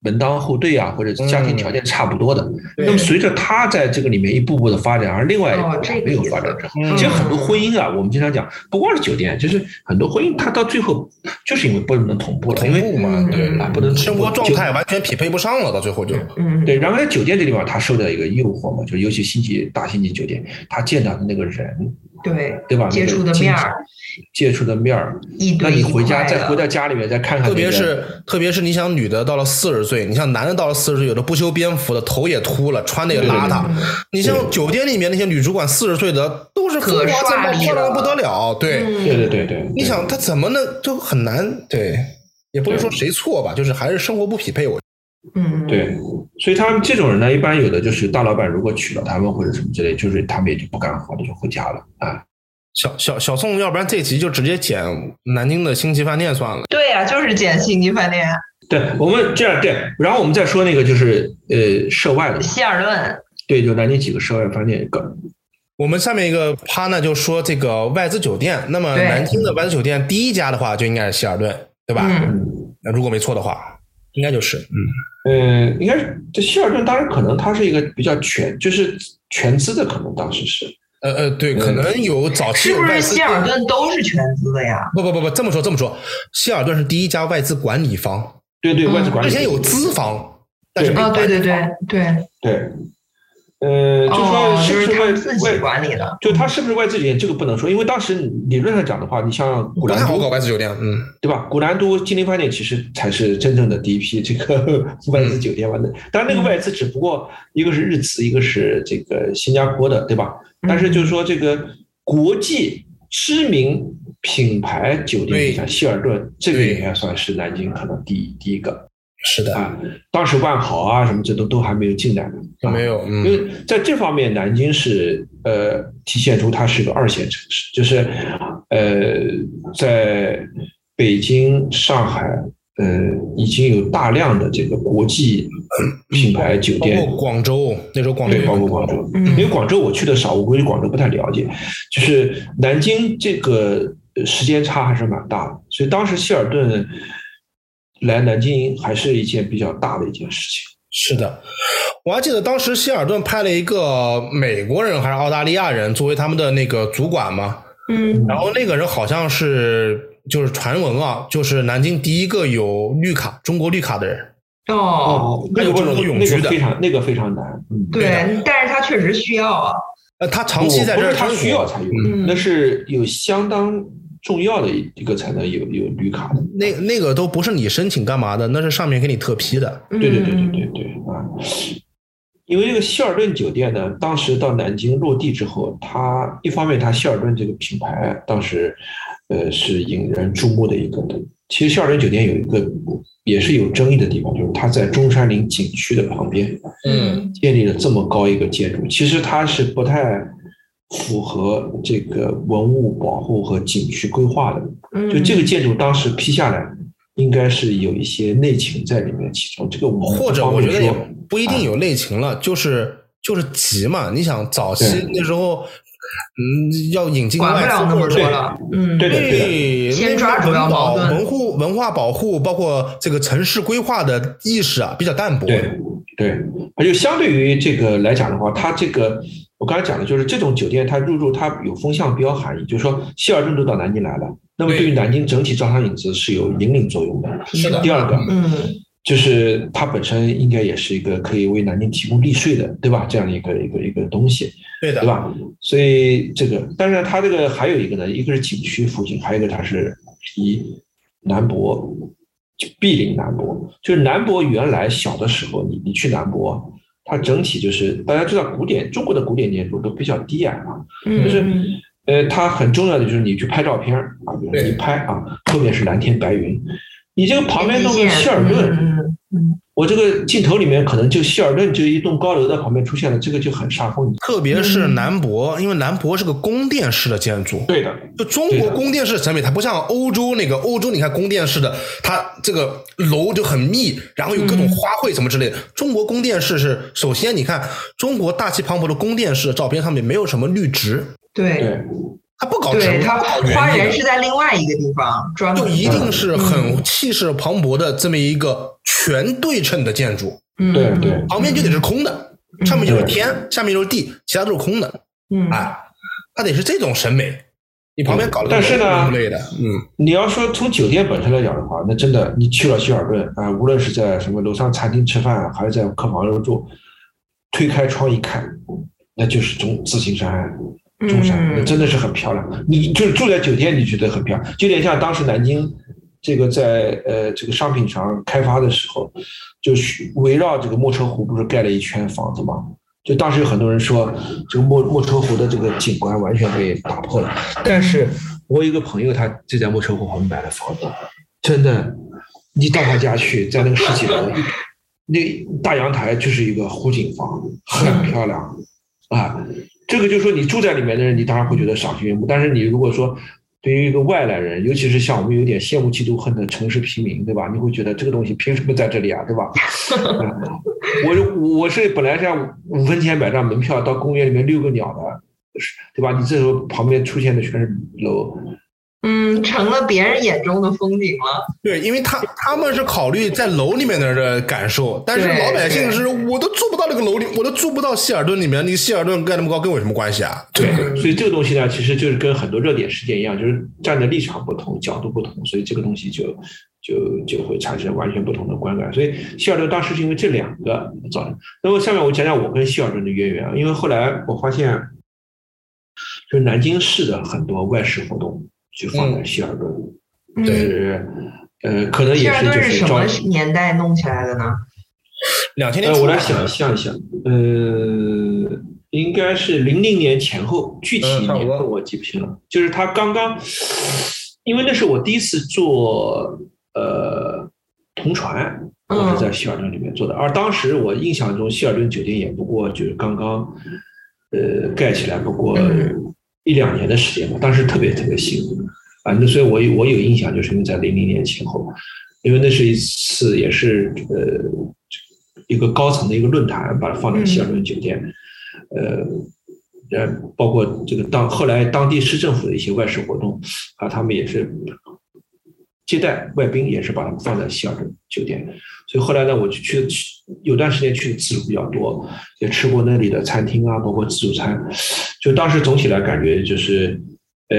C: 门当户对啊，或者家庭条件差不多的。
A: 对
C: 那么随着他在这个里面一步步的发展，而另外一
B: 哦
C: 步
B: 这个
C: 没有
B: 意思
C: 发展之后，
A: 嗯
C: 其实很多婚姻啊，我们经常讲，不光是酒店，就是很多婚姻，它到最后就是因为不能同步了，
A: 同
C: 因
A: 步
C: 为
A: 嘛，对
B: 嗯
C: 啊，不能同步
A: 生活状
C: 就
A: 态完全匹配不上了，到最后就
B: 嗯，
C: 对，然后在酒店这地方，他受到一个诱惑嘛，就尤其星级大星级酒店，他见到的那个人，
B: 对
C: 对吧？
B: 接
C: 那个
B: 触的
C: 经济
B: 面儿，
C: 接触的面儿，
B: 一
C: 那
B: 堆
C: 你
B: 一
C: 回家
B: 块
C: 再
B: 的
C: 回到家里面再看看那
A: 特
C: 个
A: 别
C: 人，
A: 是特别是你想女的到了四十岁，你像男的到了四十岁，有的不修边幅的，头也秃了，穿的也邋遢。你像酒店里面那些女主管四十岁的，都是风
B: 可
A: 华正
B: 刷
A: 茂，
B: 力
A: 漂亮的
B: 了
A: 不得了。对，
B: 嗯
C: 对对对对，
A: 你
C: 对
A: 想她怎么能就很难对，也不是说谁错吧，就是还是生活不匹配。我
B: 嗯，
C: 对，所以他们这种人呢，一般有的就是大老板如果娶了他们或者什么之类，就是他们也就不干活了，就回家了啊。
A: 小小小宋，要不然这集就直接剪南京的星级饭店算了。
B: 对呀、就是捡星级饭店
C: 对，我们这样对，然后我们再说那个就是呃涉外的，
B: 希尔顿，
C: 对，就南京几个涉外饭店搞
A: 我们下面一个趴呢，就说这个外资酒店。那么
B: 对
A: 南京的外资酒店第一家的话，就应该是希尔顿，对吧？
B: 嗯，
A: 那如果没错的话，应该就是。嗯，
C: 呃，应该是这希尔顿，当然可能它是一个比较全，就是全资的，可能当时是，
A: 呃呃，对，可能有早期
B: 是
A: 有
B: 不
A: 外
B: 是
A: 资
B: 希尔顿都是全资的呀？
A: 不不不不，这么说这么说，希尔顿是第一家外资管理方，
C: 对对，
B: 嗯
C: 外资管理
A: 之前有资方，但是
C: 啊对
A: 没
B: 哦，对
A: 管理
B: 对对对，
C: 对，呃，就
B: 哦
C: 说，
B: 就是
C: 不
B: 是
C: 是
B: 他
C: 外
B: 们自己
C: 外，
B: 管理的，
C: 就它是不是外资酒店，这个不能说，因为当时理论上讲的话，你像古
A: 不
C: 兰
A: 太好
C: 都
A: 搞外资酒店。嗯，
C: 对吧？古兰都金陵饭店其实才是真正的第一批这个 外资酒店玩的，当然那个外资只不过一个是日资，一个是这个新加坡的，对吧？但是就是说这个国际知名品牌酒店，
A: 对
C: 你像希尔顿，这个
A: 对
C: 应该算是南京可能第一第一个
A: 是的，
C: 啊。当时万豪啊什么这都都还没有进来呢，
A: 有没
C: 有。
A: 有？嗯，
C: 因为在这方面，南京是呃体现出它是个二线城市，就是呃在北京、上海，呃已经有大量的这个国际品牌酒
A: 包
C: 店，
A: 括广州那时候广州
C: 对，
A: 也
C: 嗯包
A: 很
C: 括
A: 多
C: 广州。
B: 嗯
C: 因为广州我去的少，我估计广州不太了解。就是南京这个呃时间差还是蛮大的，所以当时希尔顿来南京还是一件比较大的一件事情。
A: 是的，我还记得当时希尔顿派了一个美国人还是澳大利亚人作为他们的那个主管嘛，
B: 嗯
A: 然后那个人好像是就是传闻啊，就是南京第一个有绿卡中国绿卡的人。
B: 哦，
C: 哦，那个不
A: 那个中国
C: 容
A: 永
C: 易，那
A: 居
C: 个
A: 的
C: 非常那个非常难。嗯，
A: 对
B: 对，但是他确实需要啊，
A: 呃，他长期在
C: 不
A: 这
C: 不
A: 儿
C: 是他
A: 生活
C: 需要才有，
B: 嗯
C: 那是有相当重要的一个才能有有绿卡的。
A: 那那个都不是你申请干嘛的，那是上面给你特批的。
B: 对
C: 对对对对对对啊！因为这个希尔顿酒店呢，当时到南京落地之后，它一方面它希尔顿这个品牌当时，呃，是引人注目的一个的。其实希尔顿酒店有一个也是有争议的地方，就是它在中山陵景区的旁边，
A: 嗯
C: 建立了这么高一个建筑，其实它是不太符合这个文物保护和景区规划的。
B: 嗯，
C: 就这个建筑当时批下来，应该是有一些内情在里面，其中这个我们
A: 或者
C: 不方
A: 我
C: 便
A: 觉得
C: 说哎
A: 也不一定有内情了，就是就是急嘛。你想早期
C: 对
A: 那时候，嗯，要引进
B: 管
A: 外
B: 不
A: 资
B: 了那么多了，嗯，
C: 对的对的
A: 对，
B: 先
A: 那
B: 抓
A: 个
B: 主要
A: 文保
B: 矛盾
A: 文护文化保护，包括这个城市规划的意识啊，比较淡薄。
C: 对对，而且相对于这个来讲的话，它这个我刚才讲的就是这种酒店，它入住它有风向标含义，就是说希尔顿都到南京来了，那么
A: 对
C: 对于南京整体招商引资是有引领作用的。
A: 是的
C: 第二个，
B: 嗯
C: 就是它本身应该也是一个可以为南京提供利税的，对吧？这样一个一个一个东西，
A: 对的
C: 对，吧？所以这个，当然它这个还有一个呢，一个是景区附近，还有一个它是离南博，就毗邻南博，就是南博原来小的时候，你你去南博。它整体就是大家知道，古典中国的古典建筑都比较低矮嘛，
B: 嗯，
C: 就是
B: 嗯
C: 呃，它很重要的就是你去拍照片儿啊，比如说
A: 对
C: 你拍啊，后面是蓝天白云，你这个旁边弄个希尔顿，
B: 嗯
C: 我这个镜头里面可能就希尔顿就一栋高楼在旁边出现了，这个就很煞风景。
A: 特别是
B: 嗯
A: 南博，因为南博是个宫殿式的建筑，
C: 对的，
A: 就中国
C: 对的
A: 宫殿式审美，它不像欧洲那个，欧洲你看宫殿式的，它这个楼就很密，然后有各种花卉什么之类的。中国宫殿式是，首先你看中国大气磅礴的宫殿式的照片上面没有什么绿植，
B: 对
C: 对哦
A: 它不搞植
B: 对，
A: 物，
B: 它
A: 不搞
B: 花
A: 园
B: 园
A: 艺
B: 是在另外一个地方专
A: 的，
B: 门
A: 就
B: 的，
A: 一定是
B: 嗯
A: 很气势磅礴的这么一个全对称的建筑，
B: 嗯
C: 对对，
A: 旁边就得是空的，
B: 嗯
A: 上面就是天，下面就是地，其他都是空的，
B: 嗯
A: 哎，它得是这种审美。你旁边搞了个
C: 但是呢
A: 楼之类的，嗯，
C: 你要说从酒店本身来讲的话，那真的你去了希尔顿啊、无论是在什么楼上餐厅吃饭，啊还是在客房入住，推开窗一看，那就是中紫金山。中山，那
B: 嗯
C: 真的是很漂亮。你就是住在酒店，你觉得很漂亮，就有点像当时南京这个在呃这个商品房开发的时候，就是围绕这个莫愁湖不是盖了一圈房子吗？就当时有很多人说，这个莫莫愁湖的这个景观完全被打破了。但是我有一个朋友，他就在莫愁湖旁边买了房子，真的，你到他家去，在那个十几楼，那大阳台就是一个湖景房，很漂亮啊。这个就是说，你住在里面的人，你当然会觉得赏心悦目。但是你如果说对于一个外来人，尤其是像我们有点羡慕嫉妒恨的城市平民，对吧？你会觉得这个东西凭什么在这里啊，对吧？啊我我是本来是要五分钱买张门票到公园里面遛个鸟的，对吧？你这时候旁边出现的全是楼，
B: 嗯，成了别人眼中的风景了。
A: 对，因为他他们是考虑在楼里面的人的感受，但是
B: 对
A: 老百姓是我都住不到那个楼里，我都住不到希尔顿里面，你希尔顿盖那么高跟我有什么关系啊？
C: 对，所以这个东西呢，其实就是跟很多热点事件一样，就是站的立场不同，角度不同，所以这个东西就就就会产生完全不同的观感。所以希尔顿当时是因为这两个造成。那么下面我讲讲我跟希尔顿的渊源啊，因为后来我发现，就是南京市的很多外事活动就放在希尔顿，
B: 嗯
C: 就
A: 对
C: 是呃，可能
B: 希
C: 也
B: 尔
C: 是就
B: 顿是
C: 是
B: 什
C: 招
B: 么。年代弄起来的呢？
A: 两千年
C: 呃，
A: 初
C: 我来想象一下，呃，应该是零零年前后，具体
A: 嗯差不
C: 年
A: 多
C: 份我记不清了。就是他刚刚，因为那是我第一次坐呃同船，我
B: 嗯
C: 是在希尔顿里面坐的，而当时我印象中希尔顿酒店也不过就是刚刚呃盖起来不过
B: 嗯
C: 一两年的时间吧，当时特别特别新。反正所以我有我有印象，就是因为在零零年前后，因为那是一次也是呃一个高层的一个论坛，把它放在希尔顿酒店，呃，呃，包括这个当后来当地市政府的一些外事活动啊，他们也是接待外宾，也是把他们放在希尔顿酒店。所以后来呢，我就去去有段时间去的次数比较多，也吃过那里的餐厅啊，包括自助餐。就当时总体来感觉就是，呃，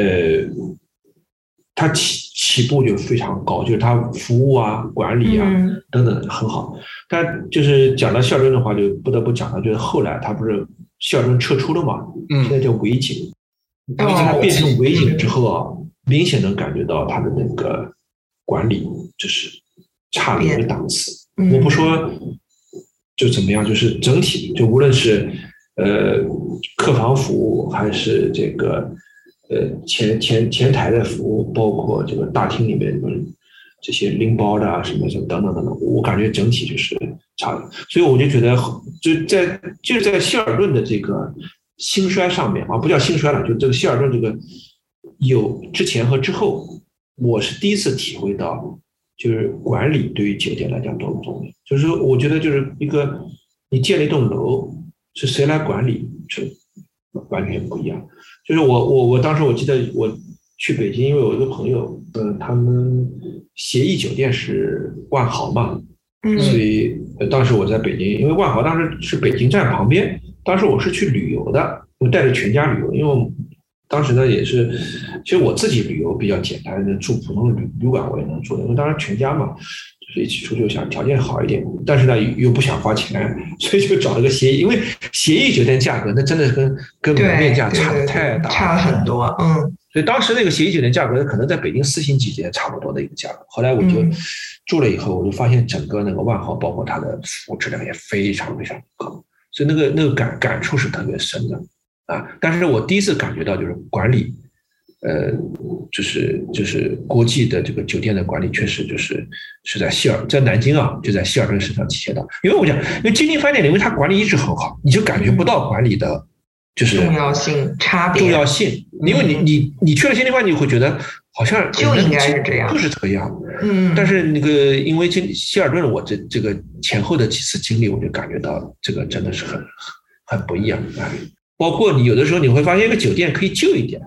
C: 它起起步就非常高，就是它服务啊、管理啊、
B: 嗯
C: 等等很好。但就是讲到孝顺的话，就不得不讲到就是后来它不是孝顺撤出了嘛，现在
A: 嗯，
C: 叫维景，
B: 哦嗯
C: 它变成维景之后啊，明显能感觉到它的那个管理就是差了一个档次。
B: 嗯
C: 我不说就怎么样，就是整体，就无论是呃客房服务，还是这个呃前前前台的服务，包括这个大厅里面的这些拎包的啊，什么什么等等等等，我感觉整体就是差的。所以我就觉得，就在就是在希尔顿的这个兴衰上面啊，不叫兴衰了，就这个希尔顿这个有之前和之后，我是第一次体会到，就是管理对于酒店来讲多么重要。就是说，我觉得就是一个你建了一栋楼，是谁来管理，是完全不一样。就是我我我当时我记得我去北京，因为我一个朋友，嗯，他们协议酒店是万豪嘛，所
B: 嗯
C: 以呃当时我在北京，因为万豪当时是北京站旁边，当时我是去旅游的，我带着全家旅游，因为我当时呢也是，其实我自己旅游比较简单，住普通的旅旅馆我也能住的，因为当时全家嘛，就是一起出去我想条件好一点，但是呢又又不想花钱， 所以就找了个协议，因为协议酒店价格那真的是跟跟
B: 对
C: 门
B: 对
C: 店价差
B: 对
C: 的太大了，
B: 差了很多。嗯
C: 所以当时那个协议酒店价格可能在北京四星级酒店差不多的一个价格。后来我就
B: 嗯
C: 住了以后，我就发现整个那个万豪，包括它的服务质量也非常非常高，所以那个那个感感触是特别深的啊。但是我第一次感觉到就是管理，呃，就是就是国际的这个酒店的管理，确实就是是在希尔在南京啊，就在希尔顿市场体现到。因为我讲，因为金陵饭店，因为它管理一直很好，你就感觉不到管理的，就是
B: 嗯重要性差别
C: 重要性，因为你
B: 嗯
C: 你你去了新地方，你会觉得好像
B: 就应该是这样
C: 就是这个样。
B: 嗯，
C: 但是那个因为这希尔顿，我这这个前后的几次经历，我就感觉到这个真的是很很不一样啊。包括你有的时候你会发现，一个酒店可以旧一点，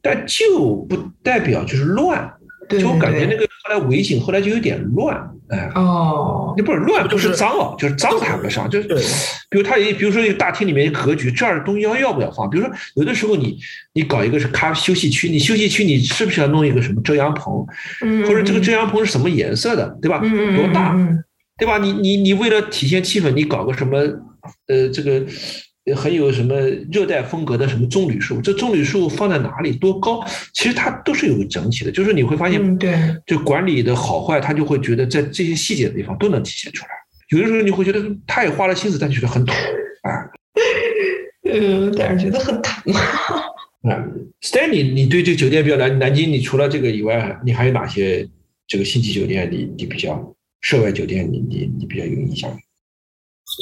C: 但旧不代表就是乱，
B: 对
C: 就我感觉
B: 对
C: 那个后来维景后来就有点乱，哎。
B: 哦，
C: 那不是乱，不
A: 就是
C: 是脏哦，就是脏谈不上，就是
A: 对
C: 比如他也，比如说一个大厅里面一个格局，这儿东西要要不要放？比如说有的时候你你搞一个是咖休息区，你休息区你是不是要弄一个什么遮阳棚，
B: 嗯，
C: 或者这个遮
B: 样
C: 阳棚是什么颜色的，对吧？多大，
B: 嗯
C: 对吧？你你你为了体现气氛，你搞个什么呃这个。呃很有什么热带风格的什么棕榈树，这棕榈树放在哪里多高，其实它都是有个整体的，就是你会发现，
B: 嗯，对，
C: 就管理的好坏，他就会觉得在这些细节的地方都能体现出来。有的时候你会觉得他也花了心思，但觉得很土啊。
B: 嗯，但是觉得很土。
C: 啊，Stanley，你对这个酒店比较南南京，你除了这个以外，你还有哪些这个星级酒店你你比较涉外酒店你你你比较有印象？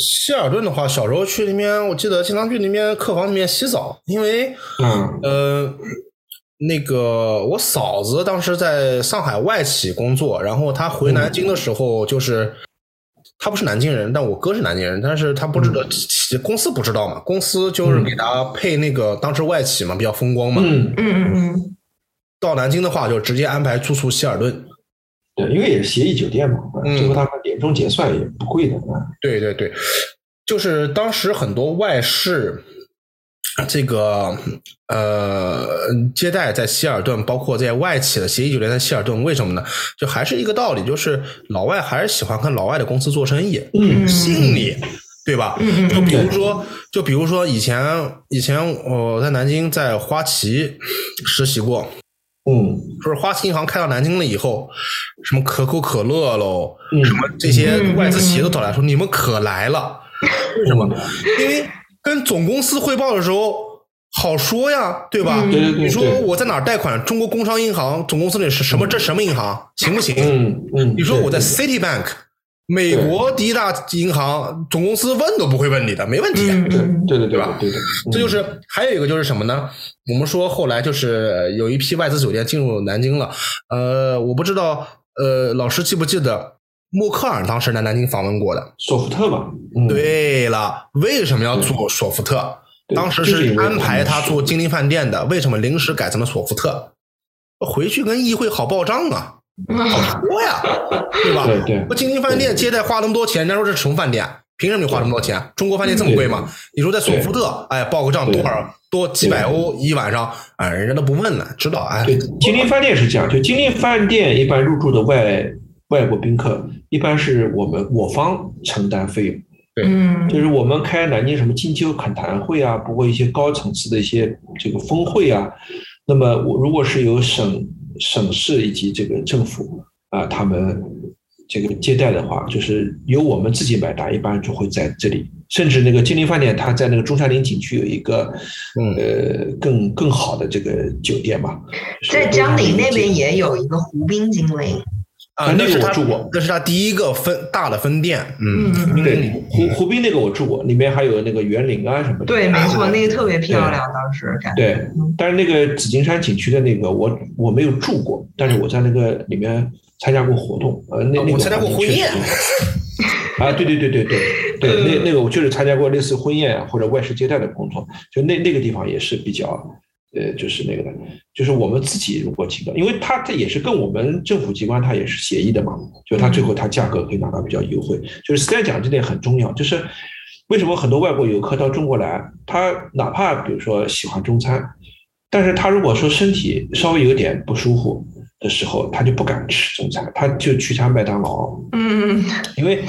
A: 希尔顿的话，小时候去那边，我记得经常去那边客房里面洗澡，因为
C: 嗯
A: 呃，那个我嫂子当时在上海外企工作，然后她回南京的时候，就是、她不是南京人，但我哥是南京人，但是她不知道、企公司不知道嘛，公司就是给她配那个当时外企嘛，比较风光嘛。
C: 嗯，
B: 嗯嗯嗯，
A: 到南京的话，就直接安排住宿希尔顿。
C: 对，因为也是协议酒店嘛，
A: 嗯
C: 最后他们年终结算也不贵的啊。
A: 对对对，就是当时很多外事。这个呃，接待在希尔顿，包括在外企的协议酒店在希尔顿，为什么呢？就还是一个道理，就是老外还是喜欢跟老外的公司做生意，
C: 嗯
A: 信你，对吧？
B: 嗯嗯
A: 就比如说，就比如说以前以前我在南京在花旗实习过，
C: 嗯
A: 就是花旗银行开到南京了以后，什么可口可乐喽，
C: 嗯
A: 什么这些外资企业都找来说，你们可来了，为什么？因为跟总公司汇报的时候好说呀，对吧？
B: 嗯
C: 对对对，
A: 你说
C: 对
A: 我在哪儿贷款？中国工商银行总公司里是什么？这什么银行行不行？
C: 嗯嗯，
A: 你说我在
C: 对
A: City Bank，美国第一大银行，总公司问都不会问你的，没问题。啊
B: 嗯嗯
C: 对对
A: 对
C: 对
A: 吧
C: 对嗯对，
A: 这就是还有一个就是什么呢？我们说后来就是有一批外资酒店进入南京了，呃，我不知道呃老师记不记得默克尔当时来南京访问过的？
C: 索福特嘛，嗯，
A: 对了，为什么要做索福特？
C: 对
A: 当时
C: 这是
A: 是
C: 因为
A: 安排他
C: 是
A: 做金陵饭店的，为什么临时改成了索福特？回去跟议会好报账啊，
B: 嗯
A: 好说呀，对吧？
C: 对对
A: 不金陵饭
C: 嗯
A: 店接待花那么多钱，人家说这是什么饭店？凭什么你花那么多钱？中国饭店这么贵吗？你说在索福特，哎，报个账
C: 嗯对
A: 多少多几百欧一晚上，哎，人家都不问了，知道哎，
C: 对，金陵饭店是这样，就金陵饭店一般入住的外外国宾客，一般是我们我方承担费用，
B: 嗯
C: 就是我们开南京什么金秋恳谈会啊，包括一些高层次的一些这个峰会啊，那么我如果是由省省市以及这个政府啊，他们这个接待的话，就是由我们自己买单，一般就会在这里。甚至那个金陵饭店，它在那个中山陵景区有一个，
A: 嗯
C: 呃，更更好的这个酒店嘛。就是
B: 在江陵那边也有一个湖滨精灵，
A: 啊，
C: 那
A: 那
C: 个
A: 是
C: 我
A: 他
C: 住过
A: 那是他第一个分大的分店，嗯，
B: 嗯，
C: 对湖湖滨那个我住过，里面还有那个园林啊什么的。
B: 对，没错，那个特别漂亮，当时感觉，嗯
C: 对，但是那个紫金山景区的那个我我没有住过，但是我在那个里面参加过活动，呃，那
A: 啊
C: 那个
A: 我参加过
C: 环境
A: 婚宴嗯
C: 确 实多。啊，对对对对对对，那那个我确实参加过类似婚宴啊或者外事接待的工作，就那那个地方也是比较，呃，就是那个的，就是我们自己如果提高，因为它它也是跟我们政府机关它也是协议的嘛，就它最后它价格可以拿到比较优惠，就是实在讲这点很重要，就是为什么很多外国游客到中国来，他哪怕比如说喜欢中餐，但是他如果说身体稍微有点不舒服的时候，他就不敢吃中餐，他就去他麦当劳，
B: 嗯，
C: 因为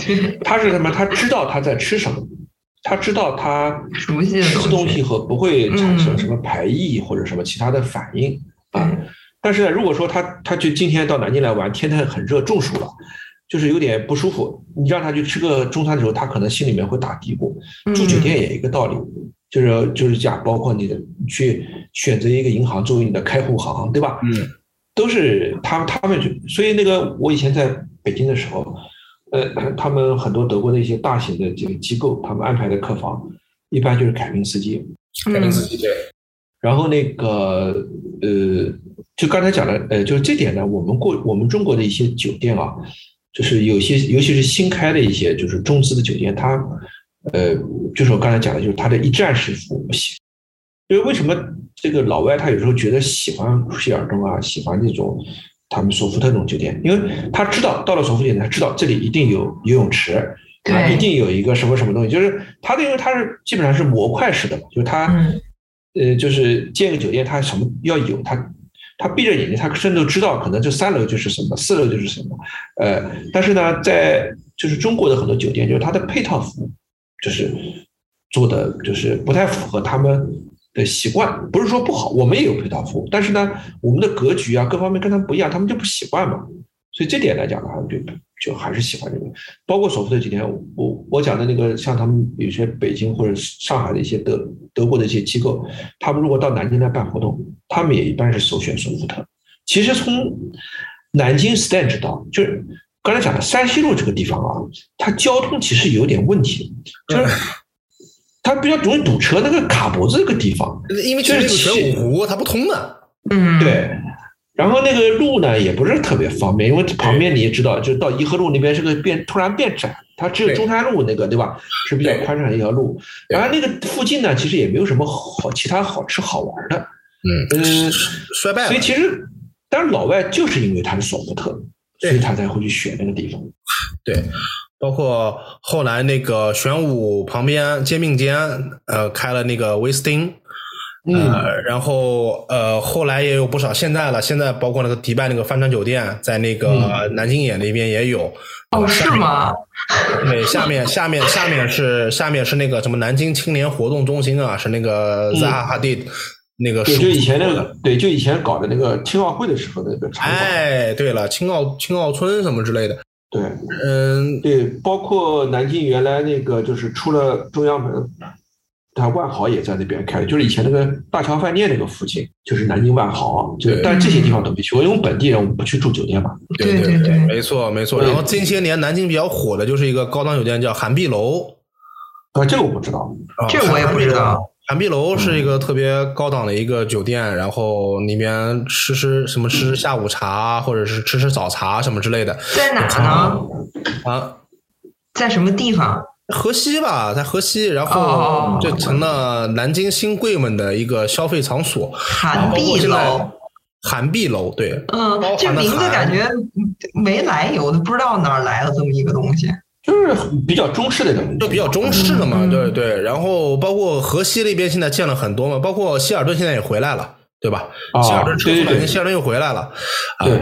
C: 他是什么？他知道他在吃什么，他知道他
B: 熟悉的
C: 吃东
B: 东西，
C: 西和不会产生什么排异或者什么其他的反应啊。
B: 嗯
C: 但是呢，如果说他他就今天到南京来玩，天天很热，中暑了，就是有点不舒服，你让他去吃个中餐的时候，他可能心里面会打嘀咕。
B: 嗯
C: 住酒店也一个道理，就是就是讲，包括你的去选择一个银行作为你的开户行，对吧？
A: 嗯，
C: 都是他他们就，所以那个我以前在北京的时候，呃，他们很多德国的一些大型的这个机构，他们安排的客房一般就是凯宾斯基，
A: 改变
B: 嗯
A: 自己对，
C: 然后那个呃，就刚才讲的，呃，就是这点呢，我们过我们中国的一些酒店啊，就是有些尤其是新开的一些就是中资的酒店，它呃，就是我刚才讲的，就是它的一站式服务型。因为为什么这个老外他有时候觉得喜欢希尔顿啊，喜欢这种他们索福特这种酒店，因为他知道到了索福特酒店，他知道这里一定有游泳池，啊，
B: 对
C: 一定有一个什么什么东西，就是它的，因为它是基本上是模块式的嘛，就是它，
B: 嗯
C: 呃，就是建个酒店，它什么要有，它它闭着眼睛，它甚至都知道可能这三楼就是什么，四楼就是什么，呃，但是呢，在就是中国的很多酒店，就是它的配套服务就是做的就是不太符合他们的习惯，不是说不好，我们也有配套服务，但是呢，我们的格局啊各方面跟他们不一样，他们就不习惯嘛，所以这点来讲的话，就就还是喜欢这个。包括索福特几天，我我讲的那个，像他们有些北京或者上海的一些德德国的一些机构，他们如果到南京来办活动，他们也一般是首选索福特。其实从南京 stand 到，就是刚才讲的山西路这个地方啊，它交通其实有点问题，就是它比较容易堵车。那个卡脖子那个地方，
A: 因为这是玄武湖，它不通的。
B: 嗯，，
C: 对，然后那个路呢也不是特别方便，因为旁边你也知道，就到颐和路那边是个变突然变窄，它只有
A: 对
C: 中山路那个对吧是比较
A: 对
C: 宽敞的一条路。
A: 对
C: 然后那个附近呢，其实也没有什么好其他好吃好玩的，
A: 嗯，
C: 嗯，
A: 衰败
C: 所以
A: 了。
C: 其实，当然老外就是因为他是索福特，所
A: 对
C: 以他才会去选那个地方。
A: 对，包括后来那个玄武旁边肩并肩，呃，开了那个威斯汀。
C: 嗯
A: 呃，然后呃，后来也有不少，现在了，现在包括那个迪拜那个帆船酒店，在那个
C: 嗯
A: 南京眼那边也有。
B: 哦，是吗？
A: 对，下面下面下面是下面是那个什么南京青年活动中心啊，是那个
C: 嗯
A: 扎哈哈蒂那个
C: 对，
A: 事务
C: 就以
A: 所
C: 前那个，对，就以前搞的那个青奥会的时候的那个场馆，
A: 哎，对了，青奥青奥村什么之类的，
C: 对
A: 嗯，
C: 对，包括南京原来那个就是出了中央门，它万豪也在那边开，就是以前那个大桥饭店那个附近，就是南京万豪，啊就
A: 对
C: 但这些地方都没去过，因为我们本地人我们不去住酒店嘛，
A: 对
B: 对
A: 对，没错没错。
C: 对
A: 然后近些年南京比较火的就是一个高档酒店叫韩碧楼，
C: 啊，这个我不知道，
A: 啊
B: 这我也不知道。嗯
A: 韩碧楼是一个特别高档的一个酒店，然后里面吃吃什么吃吃下午茶，或者是吃吃早茶什么之类的
B: 在哪呢？
A: 啊。
B: 在什么地方？
A: 河西吧，在河西，然
B: 哦
A: 后就成了南京新贵们的一个消费场所。
C: 哦
B: 韩
A: 包括
B: 碧
A: 现在
B: 楼。
A: 韩碧楼对，
B: 嗯
A: 包，
B: 这
A: 含了
B: 名字
A: 韩
B: 感觉没来由的，不知道哪儿来了这么一个东西。
C: 就是比较中式的那种，
A: 就比较中式的嘛，
B: 嗯
A: 对对。然后包括河西那边现在建了很多嘛，包括希尔顿现在也回来了，对吧？
B: 哦
C: 啊
A: 希尔顿撤出
C: 对对
A: 南
C: 对
A: 京，希尔顿又回来了。啊
C: 对，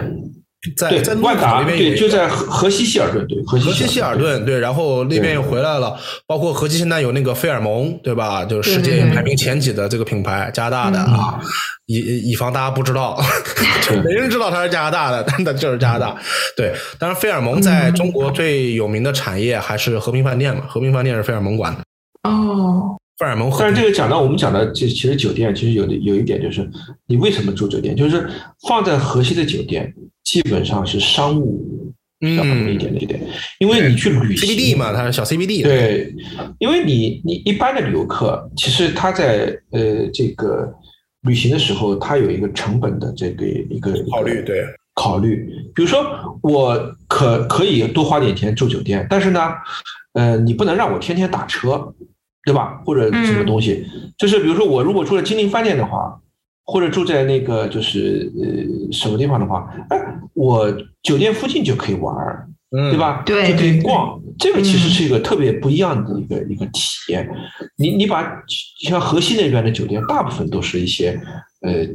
A: 在
C: 对，
A: 在路口
C: 万达
A: 那边
C: 对，
A: 也
C: 就在河河西希尔顿，对，河西
A: 河西希尔顿对，然后那边
C: 对
A: 也回来了，包括河西现在有那个费尔蒙，对吧？就是世界
B: 对
A: 排名前几的这个品牌，加拿大的
B: 嗯
A: 啊，以以防大家不知道，就没人知道它是加拿大的，但它就是加拿大。对，当然费尔蒙在中国最有名的产业还是和平饭店嘛，和平饭店是费尔蒙管的，
B: 哦，
A: 费尔蒙和
C: 但是
A: 平
C: 这个讲到我们讲的，这其实酒店其实有的有一点就是，你为什么住酒店？就是放在河西的酒店基本上是商务上面
A: 嗯
C: 一点的一点，因为你去旅行
A: CBD 嘛，它是小 CBD 的，
C: 对，因为你你一般的游客，其实他在呃这个旅行的时候，他有一个成本的这个一个
A: 考虑对，
C: 考虑。比如说，我可可以多花点钱住酒店，但是呢，呃，你不能让我天天打车，对吧？或者什么东西，就是比如说，我如果住在金陵饭店的话，或者住在那个就是呃什么地方的话，哎，我酒店附近就可以玩儿，
A: 嗯，
C: 对？吧？
B: 对
C: 就可以
B: 对
C: 逛。这个其实是一个特别不一样的一个、一个体验。你你把像河西那边的酒店，大部分都是一些呃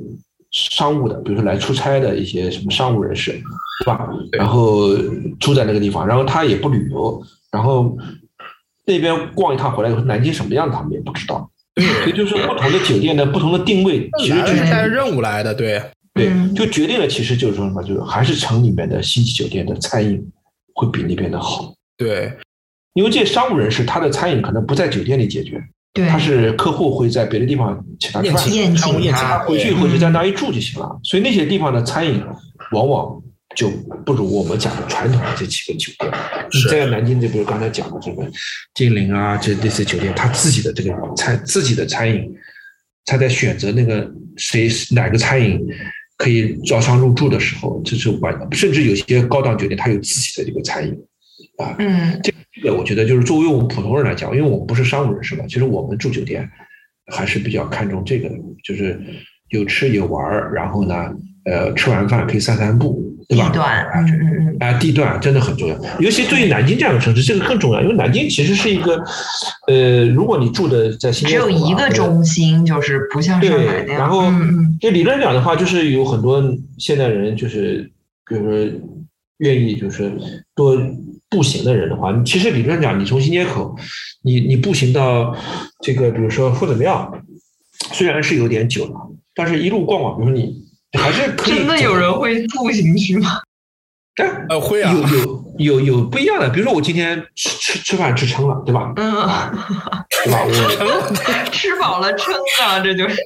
C: 商务的，比如说来出差的一些什么商务人士，对吧？
A: 对
C: 然后住在那个地方，然后他也不旅游，然后那边逛一趟回来以后，南京什么样他们也不知道。所以就是不同的酒店的不同的定位，其实
A: 嗯来
C: 就
A: 了
C: 是
A: 是带着任务来的，对，
C: 对，
B: 嗯
C: 就决定了，其实就是说什么，就是还是城里面的星级酒店的餐饮会比那边的好，
A: 对，
C: 因为这些商务人士他的餐饮可能不在酒店里解决，
B: 对，
C: 他是客户会在别的地方请他吃
A: 宴请，
C: 饭，
A: 商务宴请
B: 宴请，
C: 回去
B: 嗯
C: 或者在那一住就行了，所以那些地方的餐饮往往就不如我们讲的传统的这几个酒店。
A: 是
C: 在南京这，比如刚才讲的这个金陵啊，这类似酒店，他自己的这个餐自己的餐饮，他在选择那个谁哪个餐饮可以招商入住的时候，这是完，甚至有些高档酒店它有自己的这个餐饮。
B: 嗯，
C: 这个我觉得就是作为我们普通人来讲，因为我们不是商务人士嘛，其实我们住酒店还是比较看重这个，就是有吃有玩儿，然后呢，呃，吃完饭可以散散步，对吧
B: 地？段，嗯嗯嗯，
C: 啊，地段真的很重要，尤其对于南京这样的城市，这个更重要，因为南京其实是一个，呃，如果你住的在新
B: 只
C: 街口
B: 有
C: 啊
B: 一个，中心，就是不像上海
C: 对，
B: 那样，
C: 然后
B: 嗯嗯
C: 就理论讲的话，就是有很多现代人就是，比如说愿意就是多步行的人的话，你其实理论讲，你从新街口，你你步行到这个，比如说夫子庙，虽然是有点久了，但是一路逛逛，比如说你还是可以
B: 真的
C: 走
B: 有人会步行去吗？
C: 哎
A: 呃，会啊，
C: 有有有有不一样的，比如说我今天吃吃吃饭吃撑了，对吧？
B: 嗯，
C: 对吧？我
B: 吃饱了撑啊，这就是，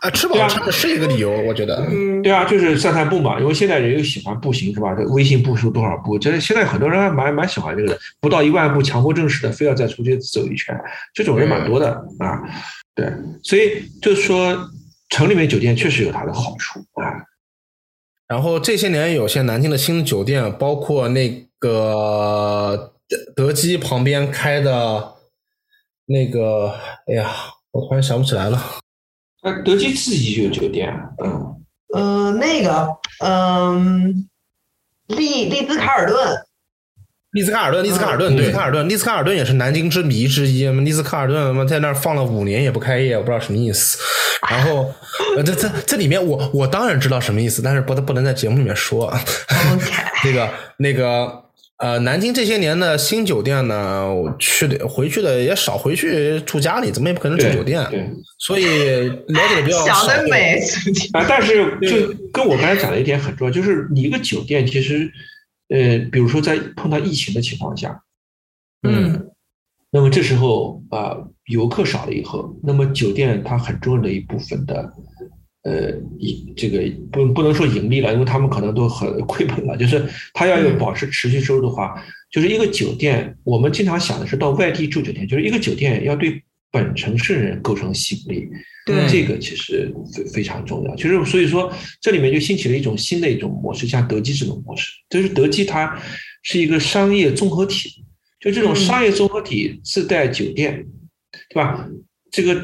A: 啊，吃
C: 对
A: 饱
C: 啊
A: 撑着是一个理由，我觉得。
D: 嗯
C: 对啊，就是散散步嘛，因为现在人又喜欢步行是吧？这微信步数多少步？真的，现在很多人还蛮蛮喜欢这个的，不到一万步强迫症似的，非要再出去走一圈，这种人蛮多的啊。对，所以就是说，城里面酒店确实有它的好处啊。
A: 然后这些年有些南京的新酒店，包括那个德德基旁边开的，那个，哎呀，我突然想不起来了。
C: 那呃德基自己就有酒店，嗯，
B: 嗯，那个，嗯，利利兹卡尔 顿，
A: 丽兹卡尔顿，丽兹卡尔顿，
C: 嗯
A: 啊丽兹卡尔顿，丽兹卡尔顿也是南京之谜之一。丽兹卡尔顿他妈在那儿放了五年也不开业，我不知道什么意思。然后，呃这这这里面我我当然知道什么意思，但是不不能在节目里面说啊。 那个那个呃，南京这些年的新酒店呢，我去的回去的也少，回去住家里，怎么也不可能住
C: 对
A: 酒店，
C: 对
A: 所以了解的比较
B: 想
A: 少。
B: 得美，
A: 嗯
C: 啊，但是就跟我刚才讲的一点很重要，就是你一个酒店其实，呃，比如说在碰到疫情的情况下，
B: 嗯
C: 那么这时候啊、游客少了以后，那么酒店它很重要的一部分的，呃，一这个不不能说盈利了，因为他们可能都很 亏本了，就是它要有保持持续收入的话，就是一个酒店，我们经常想的是到外地住酒店，就是一个酒店要对本城市人构成吸引力，
A: 对
C: 这个其实非非常重要。其实所以说，这里面就兴起了一种新的一种模式，像德基这种模式，就是德基它是一个商业综合体，就这种
B: 嗯
C: 商业综合体自带酒店，对吧？这个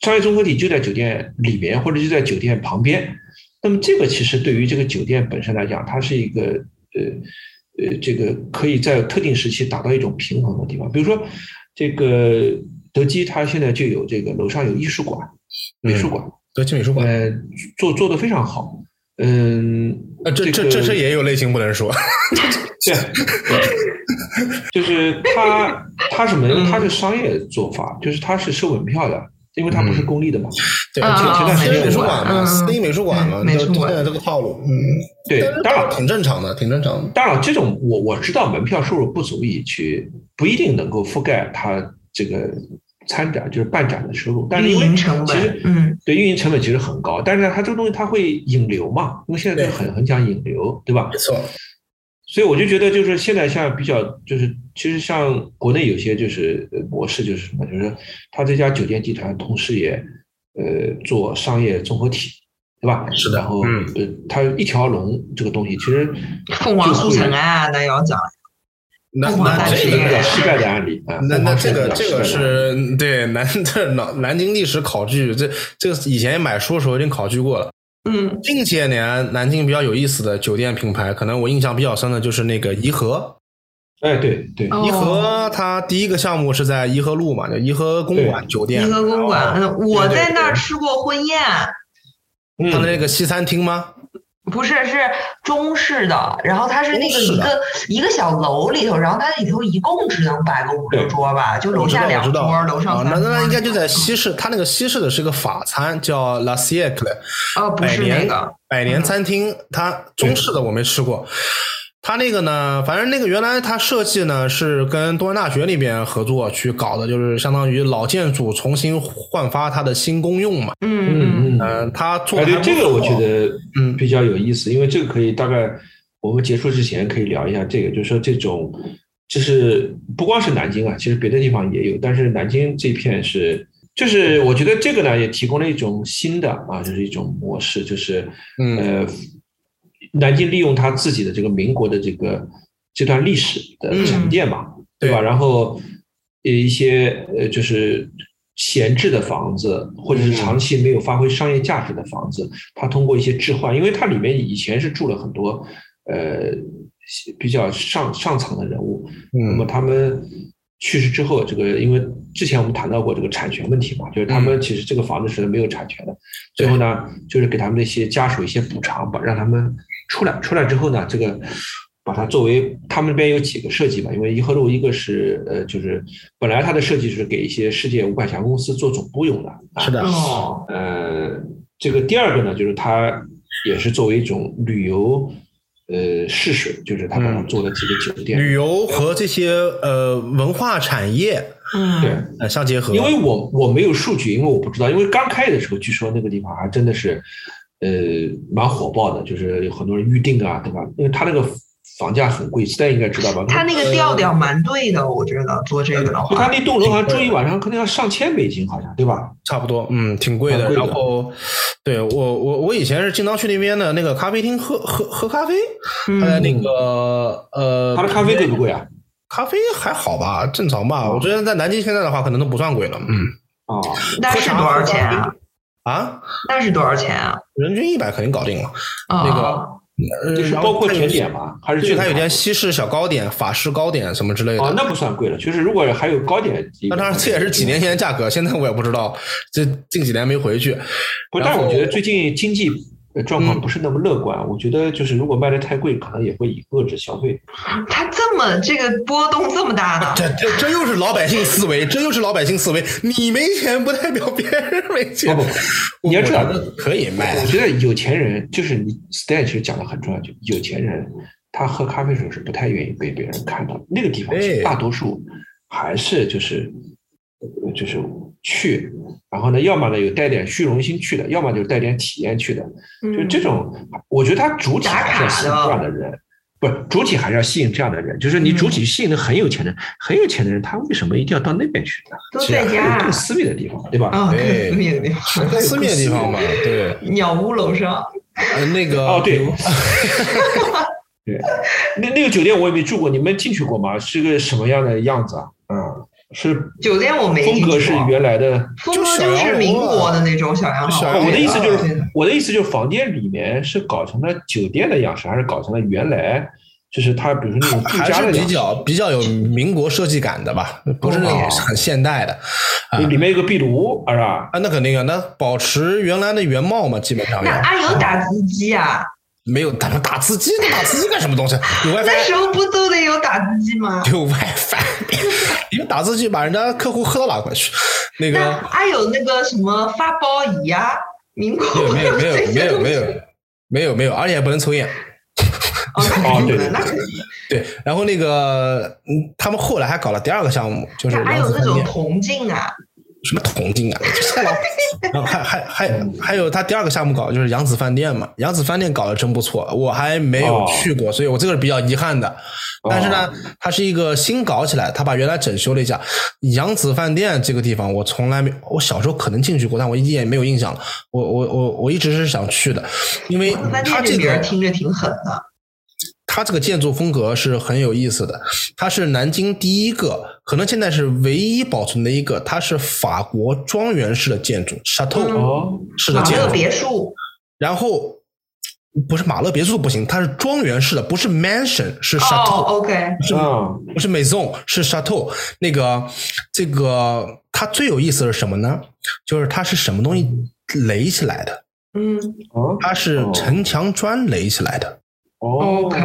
C: 商业综合体就在酒店里面，或者就在酒店旁边。那么这个其实对于这个酒店本身来讲，它是一个呃呃，这个可以在特定时期达到一种平衡的地方。比如说，这个德基它现在就有这个楼上有艺术馆、美
A: 嗯
C: 术馆，
A: 德基美术馆，
C: 呃，做做的非常好。嗯，
A: 呃，这这
C: 个
A: 这这也有类型不能 说。
C: 对，就是它它什么
A: 嗯
C: 呢？它是商业做法，就是它是收门票的，因为它
A: 嗯
C: 不是公立的嘛。
A: 对，
B: 啊
A: 前前段时间
C: 美
A: 美术
C: 术
A: 馆嘛
B: 馆
A: ，C 美术馆嘛
B: 嗯，美
A: 就
B: 术馆
A: 现在这个套路，嗯，
C: 对，当然
A: 挺正常的，挺正常的。
C: 当然，这种我我知道门票收入不足以去，不一定能够覆盖它这个参展就是办展的收入，但是因为
B: 运营成
C: 其实
B: 本，嗯
C: 对运营成本其实很高，但是呢它这个东西它会引流嘛，因为现在
A: 对
C: 很很讲引流，对吧
A: 没？错，
C: 所以我就觉得就是现在像比较就是其实像国内有些就是呃模式就是什么，就是他这家酒店集团同时也呃做商业综合体。对吧？
A: 是的
C: 然后
A: 嗯
C: 呃，它一条龙这个东西，其实
B: 凤凰
C: 就
B: 速
C: 会
B: 成啊，那要讲，
A: 那
B: 不管
A: 那
B: 大
A: 这
B: 学
A: 个
C: 比较失败的案例啊。
A: 那那这个
C: 凤凰
A: 这
C: 是
A: 个
C: 比较失败的案例
A: 是对南 这老南京历史考据，这这个以前买书的时候已经考据过了。
B: 嗯
A: 近些年南京比较有意思的酒店品牌，可能我印象比较深的就是那个颐和。
C: 哎，对对，
B: 哦
A: 颐和它第一个项目是在颐和路嘛，就颐和公馆酒店。
B: 颐和公馆，嗯我
A: 对对
B: 在那儿
A: 对
B: 吃过婚宴，
A: 它的
C: 嗯，
A: 那个西餐厅吗？
B: 不是，是中式的，然后它是那个
A: 中式
B: 一
A: 的
B: 个一个小楼里头，然后它里头一共只能摆个五六
C: 对
B: 桌吧，就楼
A: 我知
B: 下
A: 道，我
B: 两
A: 知道。
B: 桌，楼
A: 啊
B: 上
A: 那
B: 三桌。
A: 那应该就在西式，它那个西式的是个法餐，叫 La Siecle。
B: 哦，不
A: 百
B: 是
A: 年
B: 那个，
A: 百年餐厅，它中式的我没吃过。它那个呢，反正那个原来它设计呢是跟东南大学那边合作去搞的，就是相当于老建筑重新焕发它的新功用嘛。
B: 嗯嗯，
C: 嗯嗯，哎，
A: 嗯、它做的
C: 对，这个我觉
A: 得，
C: 得
A: 嗯
C: 比较有意思，因为这个可以大概我们结束之前可以聊一下这个，就是说这种，就是不光是南京啊，其实别的地方也有，但是南京这片是。就是我觉得这个呢，也提供了一种新的啊，就是一种模式，就是
A: 嗯
C: 呃，南京利用它自己的这个民国的这个这段历史的沉淀嘛，对吧？
A: 嗯对
C: 然后呃一些呃就是闲置的房子，或者是长期没有发挥商业价值的房子，它通过一些置换，因为它里面以前是住了很多呃比较上上层的人物，那么
A: 嗯，
C: 他们去世之后，这个因为之前我们谈到过这个产权问题嘛，就是他们其实这个房子是没有产权的，最后呢，就是给他们的一些家属一些补偿吧，让他们出来，出来之后呢，这个把它作为他们那边有几个设计吧，因为颐和路一个是呃就是本来它的设计是给一些世界五百强公司做总部用的，啊
A: 是的，
B: 哦，
C: 呃，这个第二个呢，就是它也是作为一种旅游呃试水，就是他帮我做的几个酒店。
A: 嗯旅游和这些呃文化产业
C: 对
B: 嗯，
A: 呃相结合，
C: 因为我我没有数据，因为我不知道，因为刚开的时候，据说那个地方还真的是，呃，蛮火爆的，就是有很多人预定啊，对吧？因为他那个房价很贵，现在应该知道吧？
B: 他那个调调蛮对的，我觉得做这个的
C: 就他
B: 话，
C: 那栋楼好像住一晚上可能要上千美金，好像对吧？
A: 差不多，嗯，挺贵的。
C: 蛮贵的
A: 然后，对我我我以前是经常去那边的那个咖啡厅喝喝喝咖啡，他在
B: 嗯，
A: 那个呃，
C: 他的咖啡贵不贵啊？
A: 咖啡还好吧，正常吧。
C: 嗯
A: 我觉得在南京现在的话，可能都不算贵了。嗯
C: 啊、
B: 那是多少钱啊？
A: 啊，
B: 那是多少钱啊？
A: 人均一百肯定搞定了。
B: 啊，
A: 那个
B: 啊
A: 呃
C: 就是包括甜点？嘛，还
A: 然后它
C: 是
A: 有些对，
C: 就
A: 它有点西式小糕点、法式糕点什么之类
C: 哦，
A: 的。
C: 那不算贵了，就是如果还有高点，
A: 那当然，这也是几年前的价格，现在我也不知道，这近几年没回去。
C: 不，
A: 然
C: 但
A: 后
C: 我觉得最近经济呃状况
A: 嗯
C: 不是那么乐观。我觉得就是如果卖的太贵，可能也会遏制消费。
B: 他这么这个波动这么大 呢？
A: 这这这又是老百姓思维，这又是老百姓思维。你没钱不代表别人没钱。
C: 不不你要知道
A: 我觉得可以卖
C: 我觉得有钱人就是你 Stan 其实讲的很重要，就有钱人他喝咖啡时候是不太愿意被别人看到，那个地方
A: 对
C: 是大多数还是就是呃就是去，然后呢，要么呢有带点虚荣心去的，要么就带点体验去的，就
B: 嗯
C: 这种，我觉得他主体还是要吸引这样的人，不是主体还是要吸引这样的人，就是你
B: 嗯
C: 主体吸引的很有钱人，很有钱的人，他为什么一定要到那边去呢？
B: 都在
C: 有
B: 家
C: 更私密的地方，对吧？
B: 啊，更
A: 对
B: 私密的地方，
A: 私密的地方嘛，对，
B: 鸟屋楼上，
A: 呃，那个
C: 哦，对， 对，那那个酒店我也没住过，你们进去过吗？是个什么样的样子啊？嗯，是
B: 酒店我没
C: 风
B: 进
C: 格
B: 去
C: 是
B: 过，
C: 原来的。
B: 风格就是民国的那种小啊洋
A: 小洋。
B: 楼
C: 哦我的意思就
B: 对
C: 是，我的意思就是，房间里面是搞成了酒店的样式，还是搞成了原来就是它，比如说那种住
A: 还
C: 家
A: 是
C: 的
A: 比
C: 样式？
A: 较比较有民国设计感的吧，不是那种
C: 哦
A: 很现代的啊
C: 就里面有个壁炉，啊是吧？
A: 啊，那肯定啊，那保持原来的原貌嘛，基本上
B: 那啊
A: 要
B: 阿有打字机啊？
A: 没有打打字机，打字机干什么东西？有
B: 那
A: WiFi，
B: 时候不都得有打字机 吗？
A: 有 WiFi，你们打字机把人家客户喝到哪块去？那
B: 那
A: 个
B: 阿有那个什么发包仪啊？民国
A: 没有没有没有没有没有没有没有，而且还不能抽烟。
B: 哦，
C: 哦对对
B: 那
C: 对
A: 对，然后那个，嗯，他们后来还搞了第二个项目，就是
B: 那还
A: 量
B: 有
A: 子
B: 那
A: 饭
B: 种
A: 店，
B: 铜镜啊，
A: 什么铜镜啊，就吓老 然后还还还还有他第二个项目搞的就是扬子饭店嘛，扬子饭店搞得真不错，我还没有
C: 哦
A: 去过，所以我这个是比较遗憾的。但是呢
C: 哦，
A: 它是一个新搞起来，他把原来整修了一下。扬子饭店这个地方，我从来没，我小时候可能进去过，但我一点也没有印象了。我我我我一直是想去的，因为
B: 饭
A: 嗯它这
B: 店这
A: 个
B: 名听着挺狠的。
A: 它这个建筑风格是很有意思的，它是南京第一个，可能现在是唯一保存的一个，它是法国庄园式的建筑
B: 嗯
A: ，chateau
C: 哦，
A: 式的
B: 马
A: 建
B: 勒
A: 筑，
B: 啊别墅，
A: 然后不是马勒别墅不行，它是庄园式的，不是 mansion 是
B: 哦
A: chateau，、
B: ，OK，
C: 啊，
A: 不是 maison 是 chateau。那个这个它最有意思的是什么呢？就是它是什么东西垒起来的？
B: 嗯
C: 哦
A: 它是
C: 哦
A: 城墙砖垒起来的。
C: 哦
B: ，OK，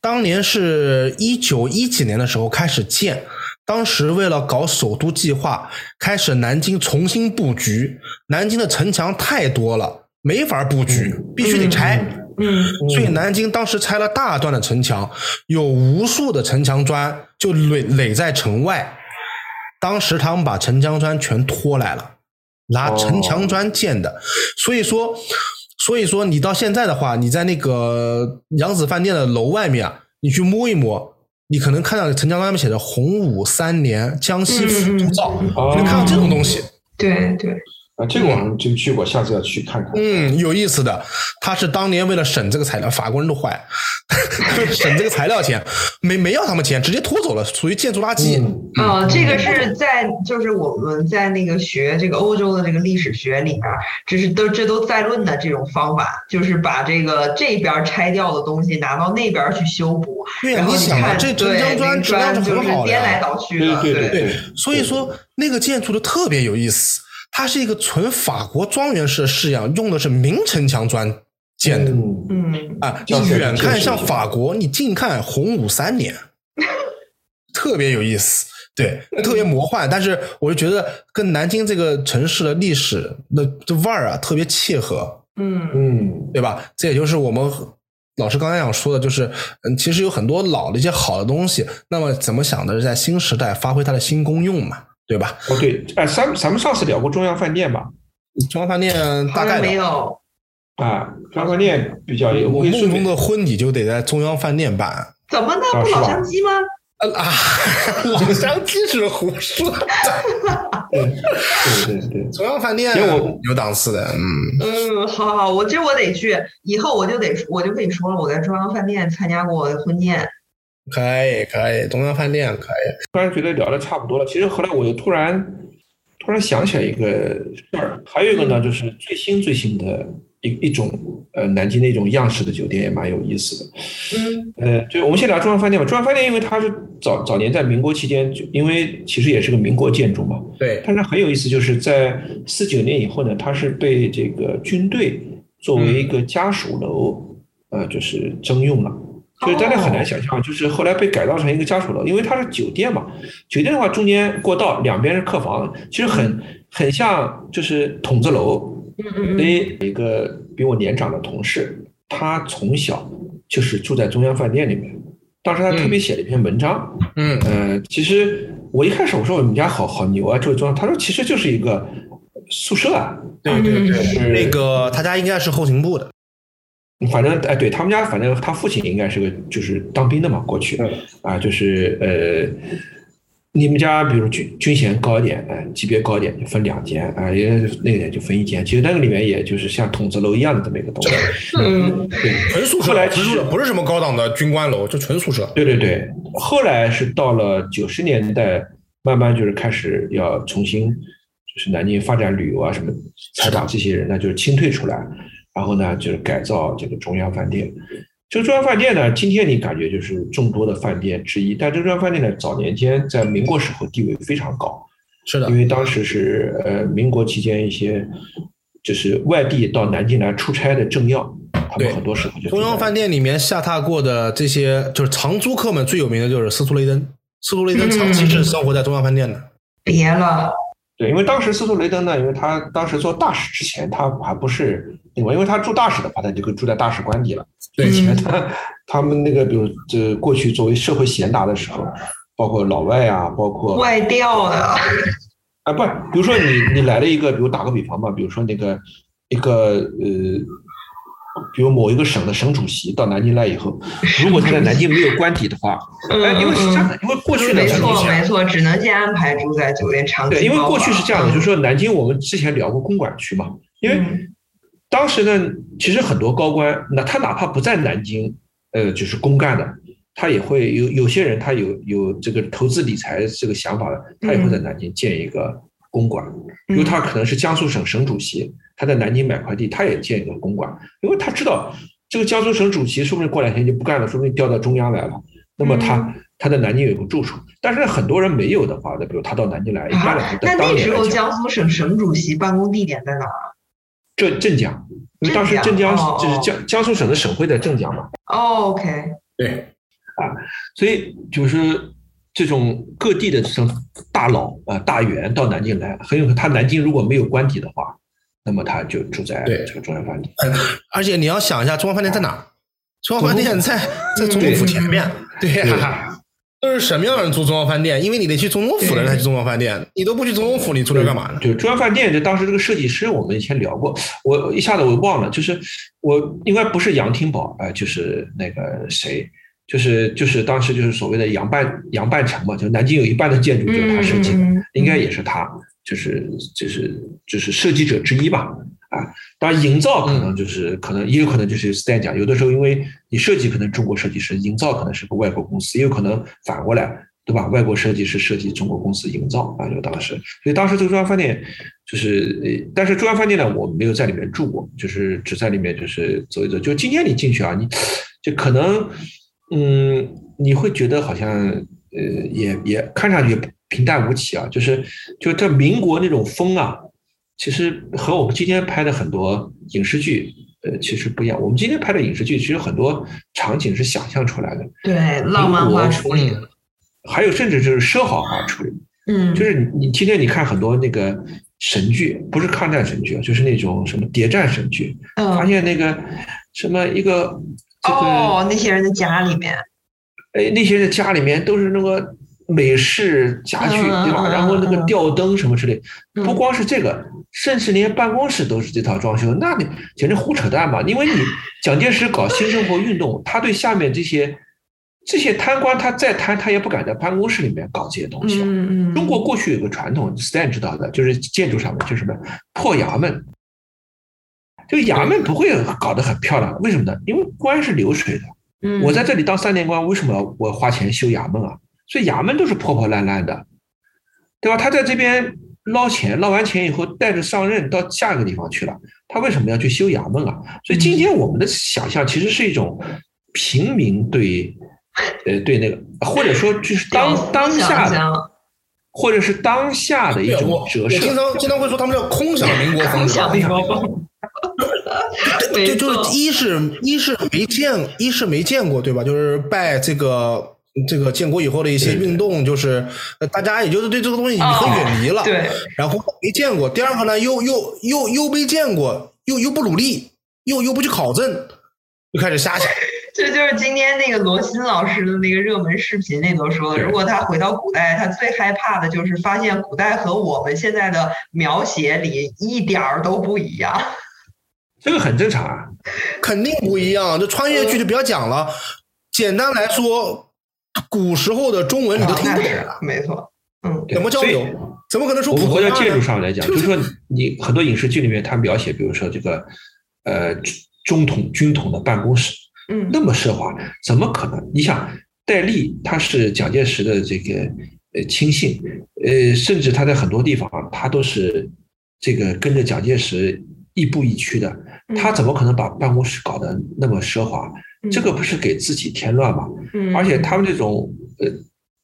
A: 当年是一九一几年的时候开始建，当时为了搞首都计划，开始南京重新布局。南京的城墙太多了，没法布局，必须得拆。
B: 嗯
A: 所以南京当时拆了大段的城墙，有无数的城墙砖就垒垒在城外。当时他们把城墙砖全拖来了，拿
C: 哦
A: 城墙砖建的。所以说，所以说你到现在的话，你在那个扬子饭店的楼外面啊，你去摸一摸。你可能看到城墙砖上面写着“洪武三年江西府都造”，
B: 嗯嗯
C: 嗯
A: 你能看到这种东西。
B: 对对，
C: 啊，这个我还真去过，下次要去看看。
A: 嗯，有意思的，他是当年为了省这个材料，法国人都坏， 省这个材料钱，没没要他们钱，直接拖走了，属于建筑垃圾。
C: 嗯
B: 啊，这个是在就是我们在那个学这个欧洲的这个历史学里面，这是都这都在论的这种方法，就是把这个这边拆掉的东西拿到那边去修补，
A: 对呀
B: 然，后
A: 你想嘛，
B: 看
A: 这城墙砖
B: 对那
A: 质量
B: 砖
A: 是
B: 就
A: 很
B: 是
A: 好的
B: 颠来
A: 呀，
B: 倒去
C: 对
B: 的，
C: 对对
A: 对，所以说那个建筑的特别有意思，它是一个纯法国庄园式的式样，用的是明城墙砖建的。
C: 嗯
B: 嗯，
A: 啊，
C: 叫
A: 你
C: 什么
A: 远
C: 建
A: 看
C: 筑
A: 像
C: 是吧
A: 法国，你近看洪武三年，特别有意思，对，特别魔幻。但是我就觉得跟南京这个城市的历史那这腕儿啊特别契合，
B: 嗯
C: 嗯，
A: 对吧？这也就是我们老师刚才想说的就是，嗯，其实有很多老的一些好的东西，那么怎么想的是在新时代发挥它的新功用嘛，对吧？
C: 哦，对，哎，咱们咱们上次聊过中央饭店吧？
A: 中央饭店大
B: 好
A: 概
B: 像没
A: 的
B: 有，
C: 啊，中央饭店比较有，
A: 我
C: 可以
A: 梦
C: 顺
A: 中
C: 便
A: 的婚礼就得在中央饭店办。
B: 怎么呢？
C: 啊
B: 不
C: 是吧
B: 老乡鸡吗？
A: 啊啊！老乡鸡是胡 说的，
C: 对对对，
A: 中央饭店
C: 因为我
A: 有档次的，嗯，
B: 嗯，好好，我这我得去，以后我就得我就可以说了，我在中央饭店参加过婚宴。
A: 可以可以，中央饭店可以。
C: 突然觉得聊的差不多了。其实后来我又突然突然想起来一个事儿，还有一个
A: 嗯
C: 呢，就是最新最新的一一种呃南京的一种样式的酒店也蛮有意思的。
B: 嗯
C: 呃，就我们先聊中央饭店吧。中央饭店因为它是早早年在民国期间，就因为其实也是个民国建筑嘛，
A: 对，
C: 但是很有意思，就是在四九年以后呢，它是被这个军队作为一个家属楼，呃，就是征用了。所以大家很难想象，就是后来被改造成一个家属楼，因为它是酒店嘛。酒店的话，中间过道两边是客房，其实很很像就是筒子楼。
B: 嗯嗯
C: 所
B: 嗯，
C: 以有一个比我年长的同事，他从小就是住在中央饭店里面。当时他特别写了一篇文章，
A: 嗯
C: 呃，其实我一开始我说我们家好好牛啊，住中央，他说其实就是一个宿舍啊，
A: 对对对，
C: 嗯
A: 那个他家应该是后勤部的，
C: 反正哎，对他们家，反正他父亲应该是个就是当兵的嘛，过去
A: 嗯
C: 啊，就是呃，你们家比如军军衔高一点，哎、级别高一点就分两间啊，也那个点就分一间，其实那个里面也就是像筒子楼一样的这么一个东西，
B: 嗯
C: 对。
A: 纯宿舍，
C: 后来
A: 纯宿舍
C: 是
A: 不是什么高档的军官楼，就纯宿舍。
C: 对对对，后来是到了九十年代，慢慢就是开始要重新，就是南京发展旅游啊什么，才把这些人呢就是清退出来，然后呢就是改造这个中央饭店。这个中央饭店呢，今天你感觉就是众多的饭店之一，但这个中央饭店呢，早年间在民国时候地位非常高，
A: 是的
C: 因，为当时是呃民国期间一些就是外地到南京来出差的政要，他
A: 对
C: 们很多时候就
A: 中央
C: 住在
A: 饭店里面下榻过的这些就是长租客们最有名的就是斯图雷登，斯图雷登长期是生活在中央饭店的。
B: 别了，
C: 对，因为当时斯图雷登呢，因为他当时做大使之前，他还不是那个，因为他住大使的话，他就可以住在大使官邸了。
A: 对
C: 以前
B: 嗯
C: 他他们那个，比如这过去作为社会贤达的时候，包括老外啊，包括
B: 外调的，
C: 啊，不，比如说你你来了一个，比如打个比方吧，比如说那个一个呃，比如某一个省的省主席到南京来以后，如果他在南京没有官邸的话，
B: 嗯
C: 哎，因为是这
B: 嗯
C: 样的，因为过去
B: 嗯，
C: 呢，
B: 没
C: 咱们
B: 错
C: 是
B: 没错，只能先安排住在酒店长期
C: 对，因为
B: 包吧
C: 过去是这样的，就是说南京我们之前聊过公馆区嘛，因为
B: 嗯
C: 当时呢，其实很多高官，那他哪怕不在南京，呃，就是公干的，他也会有有些人他有有这个投资理财这个想法的，他也会
B: 嗯
C: 在南京建一个公馆，因为他可能是江苏省省主席，他在南京买块地，他也建一个公馆，因为他知道这个江苏省主席说不定过两天就不干了，说不定调到中央来了。那么
B: 嗯
C: 他他在南京有个住处，但是很多人没有的话，那比如他到南京来，一般来说
B: 啊那
C: 在当
B: 那
C: 年
B: 时
C: 来
B: 候
C: 讲
B: 江苏省省主席办公地点在哪儿？
C: 浙镇江，因为当时镇
B: 镇江
C: 江
B: 哦
C: 就是江江苏省的省会在镇江嘛，
B: 哦，OK，
A: 对，
C: 所以就是这种各地的这种大佬啊、呃大员到南京来，很有可能他南京如果没有官邸的话，那么他就住在
A: 对
C: 这个中央饭店。
A: 而且你要想一下，中央饭店在哪儿？中央饭店在在总统府前面。对呀，都是什么样的人住中央饭店？因为你得去总统府的人才去中央饭店，你都不去总统府，你住这干嘛呢？
C: 就中央饭店，就当时这个设计师，我们以前聊过，我一下子我忘了，就是我应该不是杨廷宝啊、呃就是那个谁，就是就是当时就是所谓的杨半杨半城嘛，就南京有一半的建筑就是他设计的。
B: 嗯嗯嗯
C: 应该也是他，就是就是就是设计者之一吧。啊，当然营造可能就是、可能也有可能就是是在讲，有的时候因为你设计可能中国设计师，营造可能是个外国公司，也有可能反过来，对吧？外国设计师设计中国公司营造啊，就当时，所以当时这个中央饭店就是，呃但是中央饭店呢，我没有在里面住过，就是只在里面就是走一走。就今天你进去啊，你就可能，嗯，你会觉得好像呃，也也看上去平淡无奇啊，就是就这民国那种风啊，其实和我们今天拍的很多影视剧。呃，其实不一样。我们今天拍的影视剧，其实很多场景是想象出来的，
B: 对，浪漫化处理的，
C: 还有甚至就是奢华化处理。
B: 嗯，
C: 就是你你今天你看很多那个神剧，不是抗战神剧，啊，就是那种什么谍战神剧，发
B: 嗯
C: 现那个什么一个这个
B: 哦，那些人的家里面，
C: 哎，那些在家里面都是那个美式家具，
B: 嗯
C: 对吧？
B: 嗯
C: 然后那个
B: 嗯
C: 吊灯什么之类，
B: 嗯
C: 不光是这个，甚至连办公室都是这套装修，那你简直胡扯淡嘛！因为你 蒋介石搞新生活运动，他对下面这些这些贪官，他再贪，他也不敢在办公室里面搞这些东西。
B: 嗯嗯，
C: 中国过去有个传统，Stan 知道的，就是建筑上面就是什么破衙门，这个衙门不会搞得很漂亮，为什么呢？因为官是流水的。
B: 嗯
C: 我在这里当三年官，为什么我花钱修衙门啊？所以衙门都是破破烂烂的，对吧？他在这边捞钱，捞完钱以后带着上任到下一个地方去了，他为什么要去修衙门啊？所以今天我们的想象其实是一种平民对，呃，对那个，或者说就是当当下
B: 嗯想
C: 的，
B: 象
C: 或者是当下的一
A: 对我
C: 种
A: 我
C: 折射。
A: 经常经常会说他们叫空想民国风，对
B: 空
A: 吧
B: 想
C: 对吧
B: 没
A: 对，就
B: 错
A: 是一是一是没见，一是没见过，对吧？就是拜这个这个建国以后的一些
C: 对对
A: 运动，就是呃大家也就是对这个东西已经很远离了，
B: 哦对，
A: 然后没见过。第二个呢，又又又又没见过，又又不努力，又又不去考证，就开始瞎想。
B: 这就是今天那个罗新老师的那个热门视频里头说的，
C: 对
B: 如果他回到古代，他最害怕的就是发现古代和我们现在的描写里一点儿都不一样。
C: 这个很正常啊。
A: 肯定不一样。这穿越剧就不要讲了，简单来说，古时候的中文你都听
B: 那
A: 不懂，
B: 是没错，嗯，
C: 对
A: 怎么交
C: 所以
A: 流？怎么可能说
C: 我
A: 普
C: 们
A: 通
C: 回
A: 话
C: 到
A: 呢？
C: 建筑上来讲，
A: 就
C: 就是是说你很多影视剧里面，他描写，比如说这个，呃，中统军统的办公室
B: 嗯
C: 那么奢华，怎么可能？你想，戴笠他是蒋介石的这个呃亲信，呃，甚至他在很多地方他都是这个跟着蒋介石亦步亦趋的，
B: 嗯
C: 他怎么可能把办公室搞得那么奢华？这个不是给自己添乱吗？
B: 嗯，
C: 而且他们这种呃，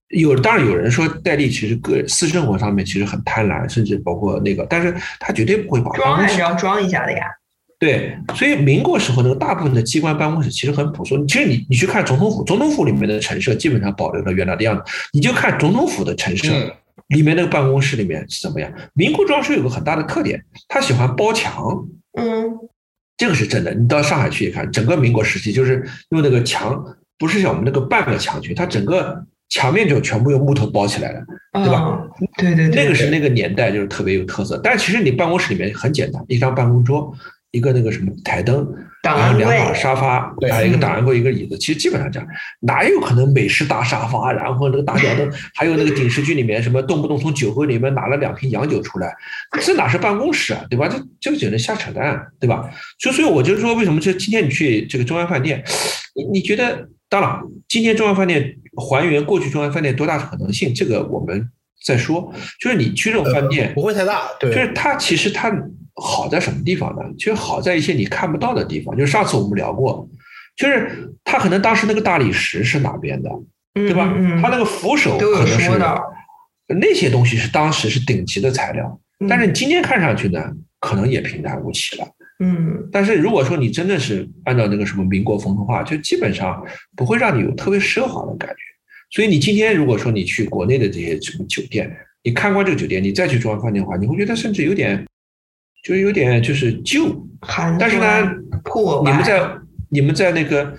C: 有当然有人说戴笠其实个私生活上面其实很贪婪，甚至包括那个，但是他绝对不会把
B: 装还
C: 办公
B: 是
C: 室
B: 要装一下的呀。
C: 对，所以民国时候那个大部分的机关办公室其实很朴素。其实你你去看总统府，总统府里面的陈设基本上保留了原来的样子，你就看总统府的陈设。
A: 嗯
C: 里面那个办公室里面是怎么样？民国装修有个很大的特点，他喜欢包墙，
B: 嗯，
C: 这个是真的。你到上海去一看，整个民国时期就是用那个墙，不是像我们那个半个墙去，它整个墙面就全部用木头包起来了。
B: 对
C: 对吧？
B: 嗯对对对，
C: 那个是那个年代就是特别有特色。但其实你办公室里面很简单，一张办公桌，一个那个什么台灯，
B: 档
C: 然
B: 案
C: 后两
B: 柜
C: 把沙发，
A: 对
C: 还有一个
B: 嗯
C: 档案柜，一个椅子，其实基本上这样，哪有可能美式大沙发，然后那个大吊灯，还有那个影视剧里面什么动不动从酒柜里面拿了两瓶洋酒出来，这哪是办公室啊，对吧？这这个简直瞎扯淡，啊对吧？所以所以我就说，为什么就今天你去这个中央饭店，你你觉得？当然，今天中央饭店还原过去中央饭店多大可能性，这个我们再说。就是你去这种饭店，
A: 不会太大，
C: 就
A: 对
C: 是它其实它好在什么地方呢？就是好在一些你看不到的地方。就是上次我们聊过，就是它可能当时那个大理石是哪边的，对吧？
B: 嗯
C: 它那个扶手
B: 都有
C: 可能
B: 说
C: 是
B: 到
C: 那些东西是当时是顶级的材料，
B: 嗯
C: 但是你今天看上去呢，可能也平淡无奇了。
B: 嗯
C: 但是如果说你真的是按照那个什么民国风的话，就基本上不会让你有特别奢华的感觉。所以你今天如果说你去国内的这些什么酒店，你看过这个酒店，你再去中央饭店的话，你会觉得甚至有点，就是有点就是旧。
B: 寒
C: 但是呢
B: 酸，破
C: 你
B: 败
C: 们在你们在那个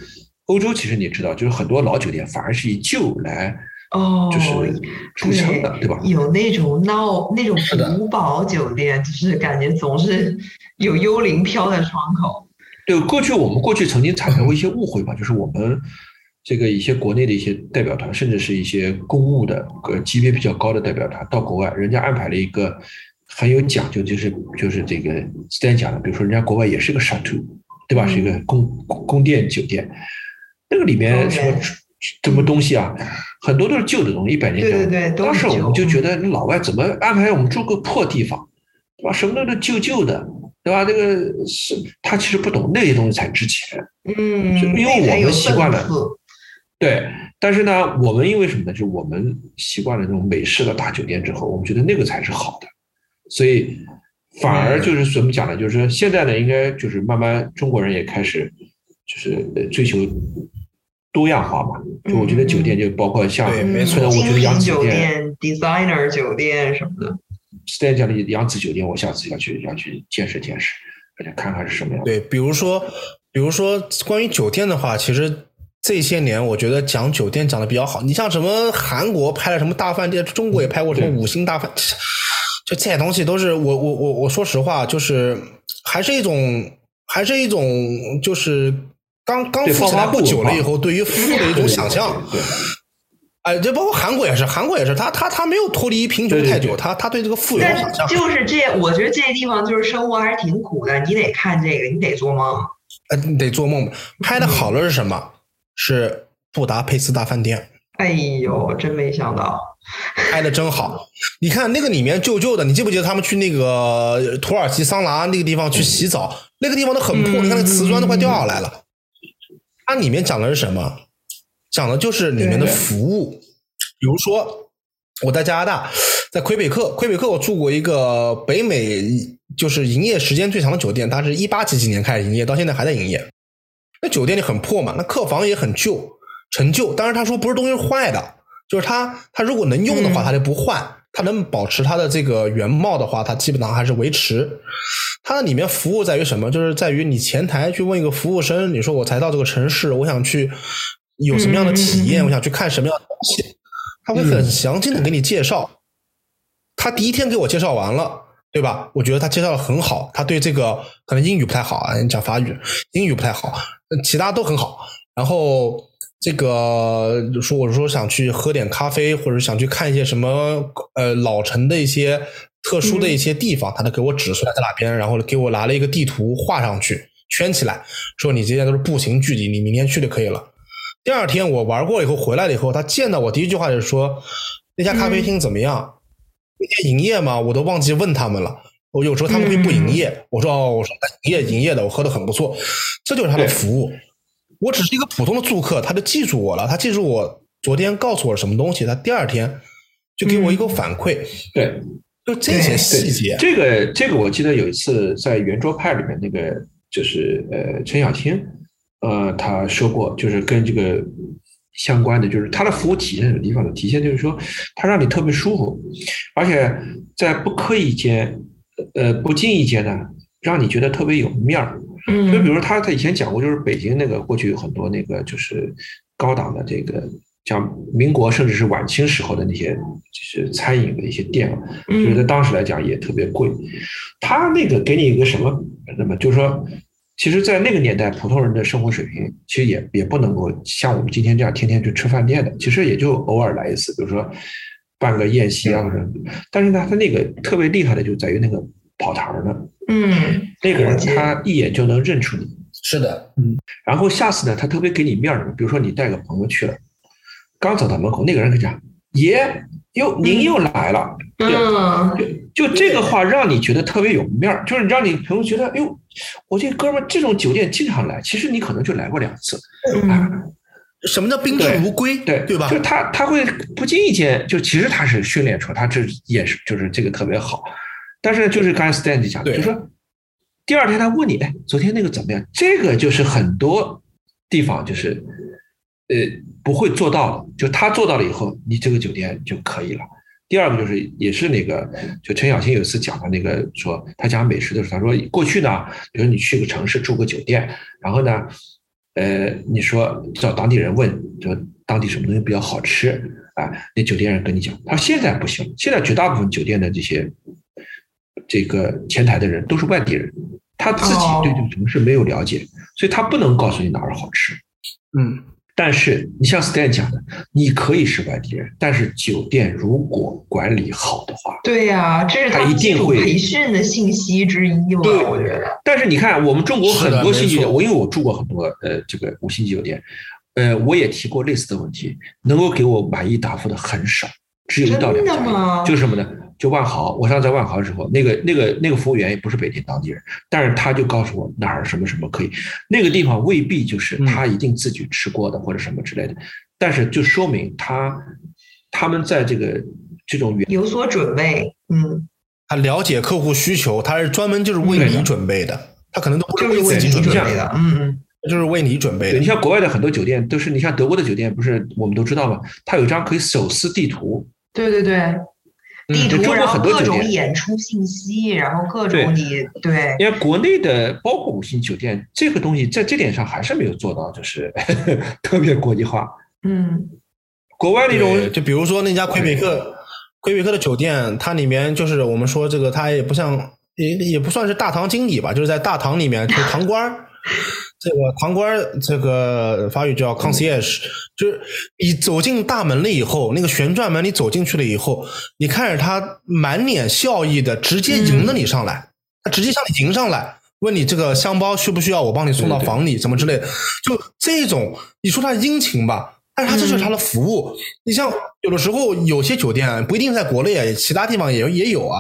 C: 欧洲，其实你知道，就是很多老酒店反而是以旧来
B: 哦，
C: 就是著称的，对吧？
B: 有那种闹那种
A: 是的
B: 古堡酒店，就是感觉总是有幽灵飘在窗口。
C: 对，过去我们过去曾经产生过一些误会吧，就是我们这个一些国内的一些代表团，甚至是一些公务的呃级别比较高的代表团到国外，人家安排了一个很有讲究，就是就是这个 Stan 讲的，比如说人家国外也是个 chateau，对吧？
B: 嗯
C: 是一个宫宫宫殿酒店，那个里面什么
B: OK
C: 什么东西啊，很多都是旧的东西，一百年
B: 对
C: 前
B: 对对，都
C: 当时
B: 是
C: 我
B: 酒嗯
C: 们就觉得那老外怎么安排我们住个破地方，对吧？什么都旧旧的，对吧？这个是他其实不懂那些东西才值钱，
B: 嗯，
C: 就因
B: 那
C: 为我
B: 才
C: 们
B: 有
C: 习
B: 分
C: 惯了
B: 子
C: 对。但是呢，我们因为什么呢？就是我们习惯了那种美式的大酒店之后，我们觉得那个才是好的，所以反
A: 嗯
C: 而就是怎么讲呢？就是说现在呢，应该就是慢慢中国人也开始就是呃追求多样化嘛。就我觉得酒店就包括像
A: 嗯对没错
C: 我觉
B: 嗯精
C: 得
B: 品
C: 洋酒
B: 酒
C: 店。
B: 店、designer 酒店什么的。
C: Stan 讲的扬子酒店，我下次要去要去见识见识，大家看看是什么样的。
A: 对，比如说比如说关于酒店的话，其实这些年我觉得讲酒店讲的比较好。你像什么韩国拍了什么大饭店，中国也拍过什么五星大饭，就这些东西都是我我我我说实话，就是还是一种还是一种就是刚刚
C: 对
A: 富起来
C: 暴发户
A: 不久了
C: 嘛
A: 以后，对于富的一种想象。
C: 对，
A: 哎，这包括韩国也是，韩国也是，他他他没有脱离贫穷
C: 对对
A: 太久，
C: 对
A: 他他对这个富有
B: 但
A: 想象
B: 是。就是这，我觉得这些地方就是生活还是挺苦的，你得看这个，你得做梦。
A: 呃，你得做梦。拍的好了是什么？是布达佩斯大饭店，
B: 哎呦，真没想到，
A: 拍的真好。你看那个里面旧旧的，你记不记得他们去那个呃土耳其桑拿那个地方去洗澡？那个地方都很破，
B: 嗯
A: 你看那瓷砖都快掉下来了。它里面讲的是什么？讲的就是里面的
C: 对
A: 服务，比如说我在加拿大，在魁北克，魁北克我住过一个北美就是营业时间最长的酒店，它是一八几几年开始营业，到现在还在营业。那酒店里很破嘛，那客房也很旧，陈旧。当然他说不是东西坏的，就是他他如果能用的话，
B: 嗯
A: 他就不换。他能保持它的这个原貌的话，它基本上还是维持。它的里面服务在于什么？就是在于你前台去问一个服务生，你说我才到这个城市，我想去有什么样的体验，
B: 嗯嗯嗯嗯嗯
A: 我想去看什么样的东西，他会很详尽的给你介绍。他第一天给我介绍完了，对吧？我觉得他介绍的很好，他对这个可能英语不太好啊，你讲法语，英语不太好，其他都很好。然后这个就说我说想去喝点咖啡，或者想去看一些什么呃老城的一些特殊的一些地方，他都给我指出来在哪边，然后给我拿了一个地图画上去圈起来，说你这些都是步行距离，你明天去就可以了。第二天我玩过以后回来了以后，他见到我第一句话就是说那家咖啡厅怎么样？那天营业吗？我都忘记问他们了。我有时候他们会不营
C: 嗯
A: 业，我说哦，我说营业营业的，我喝的很不错，这就是他的
C: 对
A: 服务。我只是一个普通的住客，他就记住我了，他记住我昨天告诉我什么东西，他第二天就给我一个反馈，
C: 对嗯对
A: 就这些细节。
C: 这个这个我记得有一次在圆桌派里面，那个就是呃陈小青，呃他说过，就是跟这个相关的，就是他的服务体现什么地方呢？体现就是说，他让你特别舒服，而且在不刻意间，呃不经意间呢，让你觉得特别有面儿。就比
B: 嗯
C: 如他他以前讲过，就是北京那个过去有很多那个就是高档的这个，像民国甚至是晚清时候的那些就是餐饮的一些店啊，就是在
B: 嗯
C: 当时来讲也特别贵。他那个给你一个什么，那么就是说，其实，在那个年代，普通人的生活水平其实也也不能够像我们今天这样天天去吃饭店的，其实也就偶尔来一次，比如说办个宴席啊或者。但是呢，他那个特别厉害的就在于那个跑堂儿的
B: 嗯，
C: 那个人，他一眼就能认出你。
A: 是的，
C: 然后下次呢，他特别给你面儿，比如说你带个朋友去了，刚走到门口，那个人跟你讲：“爷，又您又来了。
B: 嗯，
C: 就这个话让你觉得特别有面儿，就是让你朋友觉得：“哎呦，我这哥们儿这种酒店经常来。”其实你可能就来过两次，哎
B: 嗯，
A: 什么叫宾至
C: 对
A: 如归？
C: 对
A: 对吧
C: 就？他他会不经意间，就其实他是训练出来他这也是就是这个特别好，但是就是刚才 Stan 你讲的，
A: 对
C: 就说第二天他问你，哎，昨天那个怎么样？这个就是很多地方就是呃不会做到的，就他做到了以后，你这个酒店就可以了。第二个就是也是那个，就陈小青有一次讲的那个说，他讲美食的时候，他说过去呢，比如你去个城市住个酒店，然后呢，呃，你说找当地人问，就当地什么东西比较好吃啊？那酒店人跟你讲，他说现在不行，现在绝大部分酒店的这些这个前台的人都是外地人，他自己对这个城市没有了解，所以他不能告诉你哪儿好吃。
A: 嗯，
C: 但是你像 Stan 讲的，你可以是外地人，但是酒店如果管理好的话，
B: 对呀，这是
C: 他
B: 们
C: 一定
B: 基础
C: 会
B: 培训的信息之一嘛，
C: 对
B: 我觉得，
C: 但是你看，我们中国很
A: 是的
C: 多星级
A: 没错
C: 酒店，我因为我住过很多呃这个五星级酒店，呃，我也提过类似的问题，能够给我满意答复的很少，只有一到
B: 真
C: 两
B: 的吗
C: 家。就是什么呢？就万豪，我上次在万豪的时候，那个那个那个服务员也不是北京当地人，但是他就告诉我哪儿什么什么可以，那个地方未必就是
A: 嗯
C: 他一定自己吃过的或者什么之类的，但是就说明他他们在这个这种原
B: 有所准备，嗯，
A: 他了解客户需求，他是专门就是为
C: 对
A: 你
C: 的
A: 准备的，他可能都不
B: 就是
A: 为
B: 为
A: 自己
B: 你
A: 准
B: 准
A: 备
B: 备的，嗯嗯，
A: 就是为你准备
C: 对你
A: 的。
C: 像国外的很多酒店都是，你像德国的酒店，不是我们都知道嘛，它有一张可以手撕地图，
B: 对对对，地
C: 嗯就
B: 图，
C: 中国
B: 然后
C: 很多
B: 各
C: 酒
B: 种
C: 店
B: 演出信息，然后各种你对
C: 因为国内的包括五星酒店这个东西，在这点上还是没有做到，就是 特别国际化。
B: 嗯
C: 国外那种
A: 对就比如说那家魁北克，魁北克的酒店，它里面就是我们说这个，它也不像也也不算是大堂经理吧，就是在大堂里面，就是堂官 儿。这个堂官儿，这个法语叫 concierge，、就是你走进大门了以后，那个旋转门你走进去了以后，你看着他满脸笑意的，直接迎着你上来，他直接向你迎上来，问你这个箱包需不需要我帮你送到
C: 对对
A: 房里，什么之类的。就这种，你说他殷勤吧，但是他这就是他的服务。你像有的时候有些酒店不一定在国内啊，其他地方也有也有啊。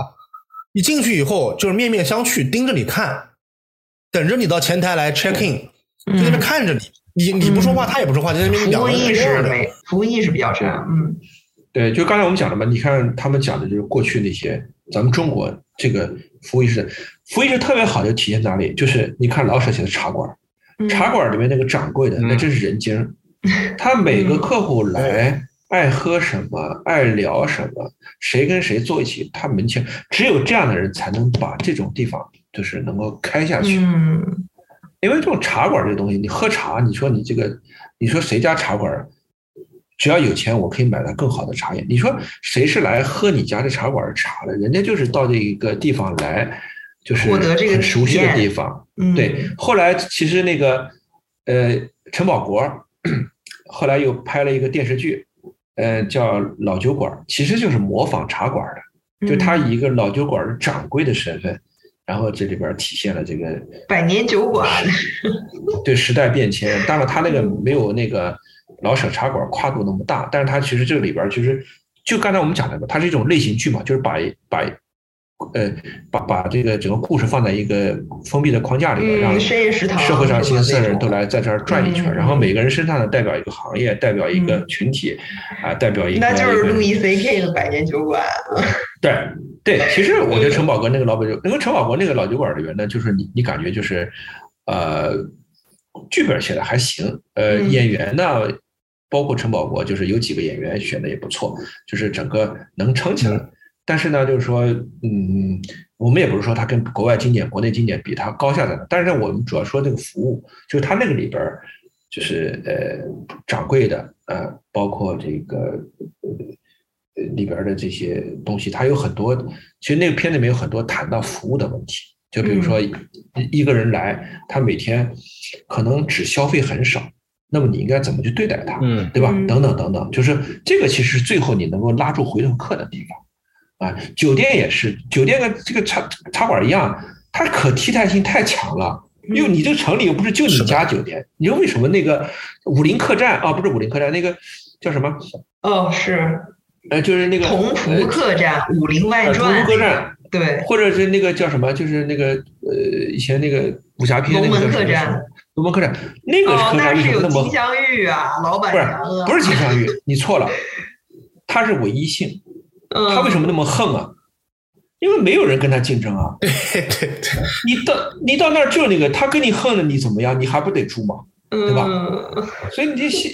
A: 你进去以后就是面面相觑，盯着你看，等着你到前台来 check in，就在那边
B: 嗯，
A: 看着你。你你不说话，他也不说话，就在那边
B: 服
A: 两
B: 务
A: 个人
B: 意
A: 对
B: 识
A: 着的。
B: 没，服务意识比较差，嗯
C: 对，就刚才我们讲的嘛，你看他们讲的就是过去那些咱们中国这个服务意识，服务意识特别好，就体现哪里？就是你看老舍写的茶馆，
B: 嗯
C: 茶馆里面那个掌柜的
A: 嗯
C: 那真是人精儿，他每个客户来爱喝什么，爱聊什么，谁跟谁坐一起，他门前只有这样的人才能把这种地方就是能够开下去。
B: 嗯
C: 因为这种茶馆这东西，你喝茶，你说你这个，你说谁家茶馆儿，只要有钱，我可以买到更好的茶叶。你说谁是来喝你家的茶馆儿茶的？人家就是到这一个地方来，就是
B: 获得这个
C: 很熟悉的
B: 体验
C: 地方。
B: 嗯
C: 对，后来其实那个，呃，陈宝国后来又拍了一个电视剧，呃，叫《老酒馆儿》，其实就是模仿茶馆儿的，就他
B: 嗯
C: 以一个老酒馆儿的掌柜的身份，然后这里边儿体现了这个
B: 嗯百年酒馆，
C: 对时代变迁，当然他那个没有那个老舍茶馆跨度那么大，但是他其实这里边儿其实就刚才我们讲的嘛，它是一种类型剧嘛，就是把把呃把把这个整个故事放在一个封闭的框架里面，让
B: 嗯，深夜食堂，
C: 社会上新鲜人都来在这儿转一圈儿，
B: 嗯
C: 然后每个人身上呢代表一个行业，代表一个群体，啊、代表一个
B: 那就是
C: 一个
B: 路易 C K 的百年酒馆，
C: 对对，其实我觉得陈宝国那个老板就，因为陈宝国那个老酒馆里面呢，就是你你感觉就是，呃，剧本写的还行，呃，
B: 嗯
C: 演员呢，包括陈宝国，就是有几个演员选的也不错，就是整个能撑起来。但是呢，就是说，嗯，我们也不是说它跟国外经典、国内经典比它高下在哪，但是我们主要说这个服务，就是它那个里边儿，就是呃掌柜的，呃，包括这个呃呃里边儿的这些东西，它有很多，其实那个片子里面有很多谈到服务的问题，就比如说一一个人来，他每天可能只消费很少，那么你应该怎么去对待他？
A: 嗯，
C: 对吧
B: 嗯？
C: 等等等等，就是这个其实是最后你能够拉住回头客的地方啊。酒店也是，酒店跟这个茶茶馆一样，它可替代性太强了。
B: 嗯
C: 因为你这个城里又不是就你家酒店，你说为什么那个武林客栈啊，不是武林客栈，那个叫什么？
B: 哦是
C: 呃，就是那个
B: 同璞客栈《武林
C: 呃
B: 外
C: 呃同
B: 传
C: 福》客栈，
B: 对，
C: 或者是那个叫什么？就是那个呃，以前那个武侠片那个
B: 龙门
C: 叫什么
B: 客栈
C: 什么？龙门客栈那个
B: 哦
C: 客栈
B: 那
C: 为
B: 是
C: 什
B: 有
C: 么那么
B: 金镶玉啊，老板
C: 不是
B: 娘啊，
C: 不是金镶玉？你错了，它是唯一性。
B: 嗯
C: 他为什么那么横啊？因为没有人跟他竞争啊！
A: 对对对，
C: 你到你到那儿就是那个，他跟你横了，你怎么样？你还不得出嘛？对吧
B: 嗯，
C: 所以你这现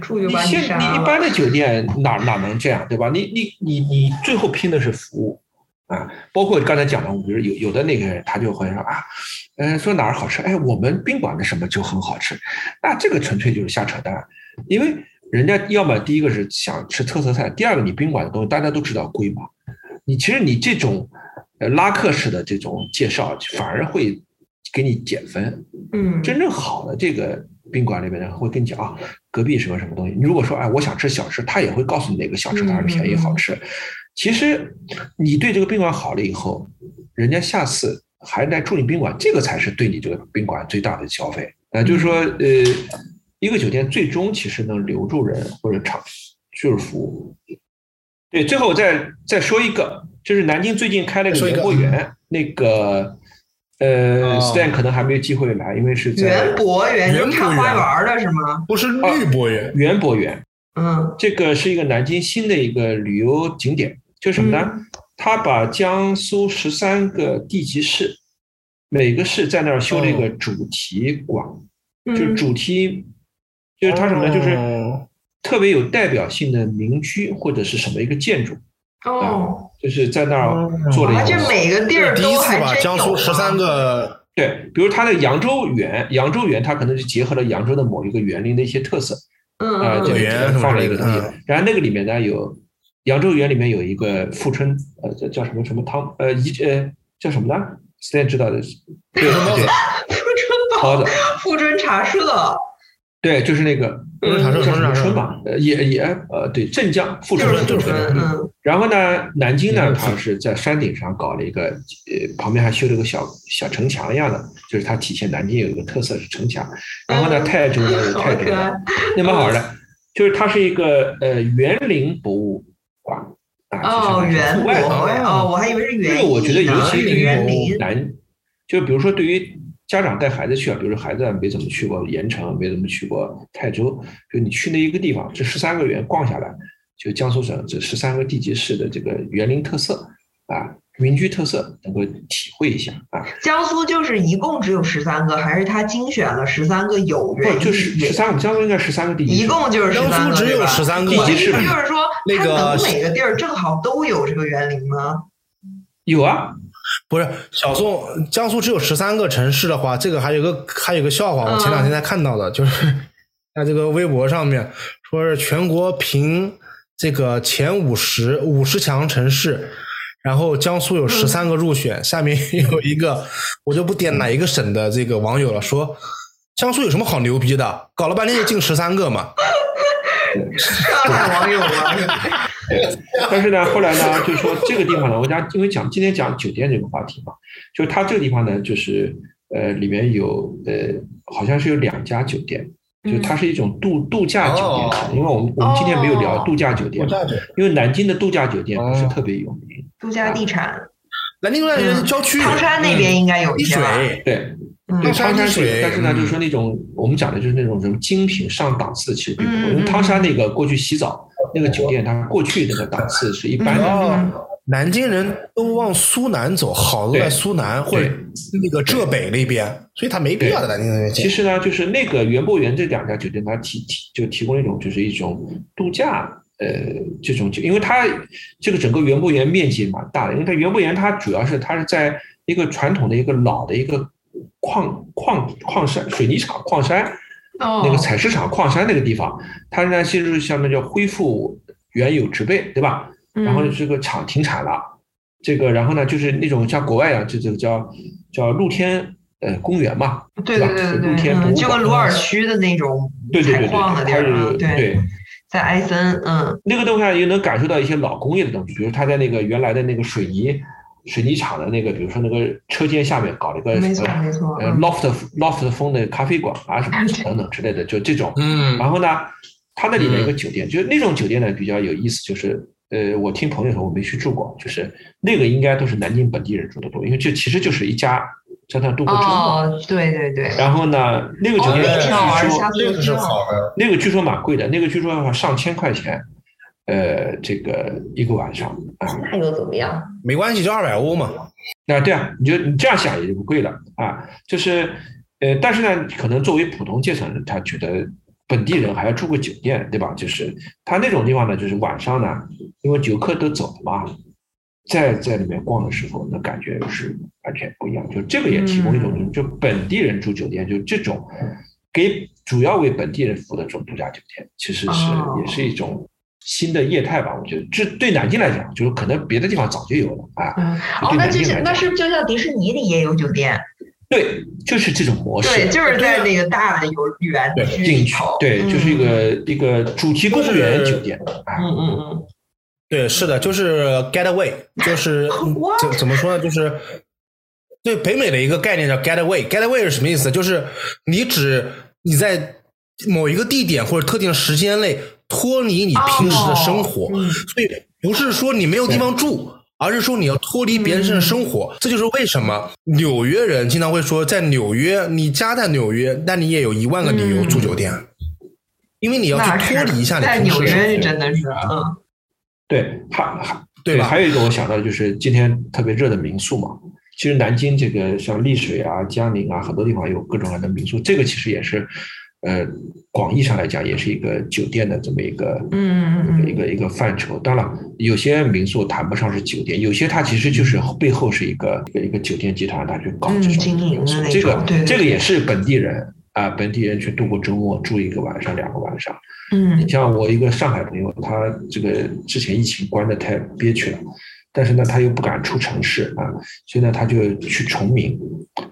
B: 猪就
C: 你
B: 把
C: 现
B: 杀
C: 你一
B: 了，
C: 般的酒店哪哪能这样，对吧？你你你你最后拼的是服务啊，包括刚才讲的，比如有有的那个人他就会说啊，呃，说哪儿好吃？哎，我们宾馆的什么就很好吃，那这个纯粹就是瞎扯淡，因为人家要么第一个是想吃特色菜，第二个你宾馆的东西大家都知道贵嘛，你其实你这种呃拉客式的这种介绍反而会给你减分，
B: 嗯，
C: 真正好的这个宾馆里面的人会跟你讲啊，隔壁什么什么东西。你如果说哎，我想吃小吃，他也会告诉你哪个小吃它是便宜
B: 嗯
C: 好吃。其实你对这个宾馆好了以后，人家下次还来住你宾馆，这个才是对你这个宾馆最大的消费。那就是说，呃，一个酒店最终其实能留住人或者长就是服务。对，最后我再再说一个，就是南京最近开了
A: 再说一
C: 个
A: 个
C: 园博园，那个呃、
A: 哦
C: s t a n 可能还没有机会来，因为是在
B: 园博园
A: 园
B: 就
A: 博
B: 看花
A: 园
B: 园的是吗？
A: 不是绿博园，
C: 园博园，
B: 嗯
C: 这个是一个南京新的一个旅游景点，就是什么呢？
B: 嗯
C: 它把江苏十三个地级市，每个市在那儿修了一个主题馆，就是
B: 嗯
C: 主题，就是它什么呢？就是
A: 哦
C: 特别有代表性的民居或者是什么一个建筑，
B: 哦，
C: 就是在那儿做了一
B: 还
C: 个
B: 啊是每个地儿
A: 第一
B: 都
A: 次
B: 还
A: 吧，
B: 真
A: 江苏
B: 有啊
A: 十三个，
C: 对，比如它的扬州园，扬州园它可能是结合了扬州的某一个园林的一些特色，
B: 嗯
C: 啊，
B: 嗯
C: 就
A: 对
B: 嗯，
A: 园
C: 是
A: 什么
C: 放了
A: 之
C: 一
A: 类
C: 个
A: 的嗯
C: 东西。然后那个里面呢有扬州园里面有一个富春，呃，叫叫什么什么汤，呃，一呃叫什么呢？Stan 知道的是，对对对，
B: 富春
C: 包
B: 宝
C: 子，
B: 富春茶社，
C: 对，就是那个
A: 不是啥事儿，不
C: 叫什
A: 是
C: 么
A: 啥事
C: 春
A: 儿。
C: 吧，呃也也呃对，镇江富
B: 就
C: 春
B: 是
C: 对
B: 富
C: 不对？
B: 春，
C: 嗯
B: 嗯
C: 然后呢，南京
A: 嗯
C: 呢，它是在山顶上搞了一个，呃，旁边还修了个小小城墙一样的，就是它体现南京有一个特色是城墙。然后呢，
B: 嗯
C: 泰州呢有
B: 好
C: 泰州
B: 可爱
C: 的，那蛮好
B: 嗯
C: 玩的，就是它是一个呃园林博物馆啊，
B: 哦，
C: 就是它
B: 园
C: 是户
B: 博
C: 外的。
B: 会哦，我还以为是
C: 这
B: 园
C: 个我觉得，
B: 艺呢
C: 尤其对
B: 园
C: 于
B: 林，
C: 南，就比如说对于家长带孩子去啊，比如说孩子没怎么去过盐城，啊没怎么去过泰州，就你去那一个地方，这十三个园逛下来，就江苏省这十三个地级市的这个园林特色啊，民居特色，能够体会一下啊。
B: 江苏就是一共只有十三个，还是他精选了十三个有
C: 不
B: 园
C: 就
B: 艺
C: 是
B: 园
C: 十三，我们江苏应该十三个地级市，
B: 一共就是
A: 江
B: 13
A: 苏
B: 个
A: 只有十三个
B: 对吧
C: 地级市
B: 我的意思就是说，
A: 那
B: 它
A: 个
B: 能每个地儿正好都有这个园林 吗？
C: 有啊，
A: 不是小宋，江苏只有十三个城市的话，这个还有个还有个笑话，我前
B: 嗯
A: 两天才看到的，就是 在这个微博上面说是全国评这个前五十五十强城市，然后江苏有
B: 嗯
A: 十三个入选，下面 有一个我就不点哪一个省的这个网友了，说江苏有什么好牛逼的，搞了半天就进十三个嘛，
B: 上海网友吗？
C: 但是呢，后来呢，就说这个地方呢，我讲，因为讲今天讲酒店这个话题嘛，就是它这个地方呢，就是呃，里面有呃，好像是有两家酒店，就它是一种度度假酒店
A: 哦，
C: 因为我们我们今天没有聊
B: 哦
C: 度假酒店嘛，因为南京的度假酒店
A: 哦
C: 不是特别有名，
B: 度假地产，
A: 南京那边郊区，
B: 汤山那边应该有
A: 滴
B: 一些
A: 水
B: 吧。
C: 对，
B: 嗯
C: 对，
A: 汤山
C: 汤山
A: 水
C: 水，但是呢，
A: 嗯
C: 就是说那种我们讲的就是那种什么精品上档次，其实并不
B: 嗯
C: 多，因为汤山那个过去洗澡那个酒店，它过去那个档次是一般的。
A: 哦，
B: 嗯
A: 南京人都往苏南走，好多
C: 对
A: 在苏南或者那个浙北那边，所以他没必要在南京那边建
C: 其实呢，就是那个园博园这两家酒店，它提提就提供一种就是一种度假呃这种酒，因为它这个整个园博园面积蛮大的，因为它园博园它主要是它是在一个传统的一个老的一个矿矿矿山水泥厂矿山
B: 哦，
C: 那个采石场矿山那个地方，它呢其实相当于叫恢复原有植被，对吧？然后
B: 嗯
C: 这个厂停产了，这个然后呢就是那种像国外啊，这这个叫叫露天呃公园嘛，
B: 对对对对
C: 露
B: 对，
C: 天博
B: 嗯
C: 物
B: 就跟
C: 馆啊
B: 鲁尔区的那种
C: 对对
B: 采
C: 对对，
B: 矿的地
C: 它
B: 儿啊，
C: 是对
B: 在埃森，嗯
C: 那个东西啊也能感受到一些老工业的东西，比如他在那个原来的那个水泥水泥厂的那个，比如说那个车间下面搞了一个
B: 没
C: 什
B: 错
C: 么
B: 没错
C: 呃
B: 嗯
C: loft loft 风的咖啡馆啊什么等等之类的，就这种。
A: 嗯
C: 然后呢，它那里面有个酒店，就是那种酒店呢比较有意思，就是呃，我听朋友说我没去住过，就是那个应该都是南京本地人住的多，因为这其实就是一家在那度过周末。
B: 哦，对对对，
C: 然后呢，那个酒
B: 哦，
C: 店
B: 那个挺好玩
C: 据
B: 儿，
C: 说
B: 下次
A: 这
B: 就
A: 个是
B: 听了。
A: 好的，
C: 那个据说蛮贵的，那个据说要上千块钱，呃，这个一个晚上啊，
B: 那又怎么样？
A: 没关系，就二百欧嘛。
C: 那这样你就你这样想也就不贵了啊，就是呃，但是呢，可能作为普通阶层人，他觉得本地人还要住个酒店，对吧？就是他那种地方呢，就是晚上呢，因为游客都走了嘛，在在里面逛的时候，那感觉是完全不一样。就这个也提供一种，就本地人住酒店，就这种给主要为本地人服务的这种度假酒店，其实是
B: 哦
C: 也是一种新的业态吧。我觉得这对南京来讲，就是可能别的地方早就有了啊。
B: 嗯，哦，
C: 对
B: 那
C: 南
B: 就
C: 京
B: 是
C: 来
B: 那
C: 讲
B: 是不是就像迪士尼里也有酒店？
C: 对，就是这种模式。
B: 对，就是在那个大的游园
A: 对
B: 区
C: 进
B: 里
C: 去
B: 头，，
C: 对，
B: 嗯
C: 就是一个一个主题公园酒店
B: 嗯
C: 啊，
B: 嗯嗯，
A: 对，是的，就是 getaway，就是
B: What？
A: 怎怎么说呢，就是。对北美的一个概念叫 getaway，getaway 是什么意思？就是你只你在某一个地点或者特定的时间内脱离你平时的生活，
B: 哦嗯
A: 所以不是说你没有地方住，而是说你要脱离别人的生
B: 嗯
A: 活。这就是为什么纽约人经常会说，在纽约，你家在纽约，但你也有一万个理由住酒店，因为你要
B: 嗯那
A: 去
B: 是
A: 脱离一下你
B: 在
A: 平
B: 纽
A: 时的
B: 约
A: 生
B: 是
A: 活，
B: 真的是，嗯，
C: 对，还还
A: 对吧？
C: 还有一个我想到的就是今天特别热的民宿嘛，其实南京这个像丽水啊、江宁啊，很多地方有各种各样的民宿，这个其实也是呃，广义上来讲，也是一个酒店的这么一个
B: 嗯嗯
C: 一
B: 嗯
C: 个一个范畴。当然，有些民宿谈不上是酒店，有些它其实就是背后是一个一个一个酒店集团，它去搞
B: 嗯，
C: 这
B: 经
C: 种
B: 营
C: 民宿
B: 的。那
C: 这
B: 种
C: 个，
B: 对对
C: 这个也是本地人啊、本地人去度过周末，住一个晚上、两个晚上。
B: 嗯
C: 你像我一个上海朋友，他这个之前疫情关的太憋屈了，但是呢，他又不敢出城市啊，所以呢，他就去崇明。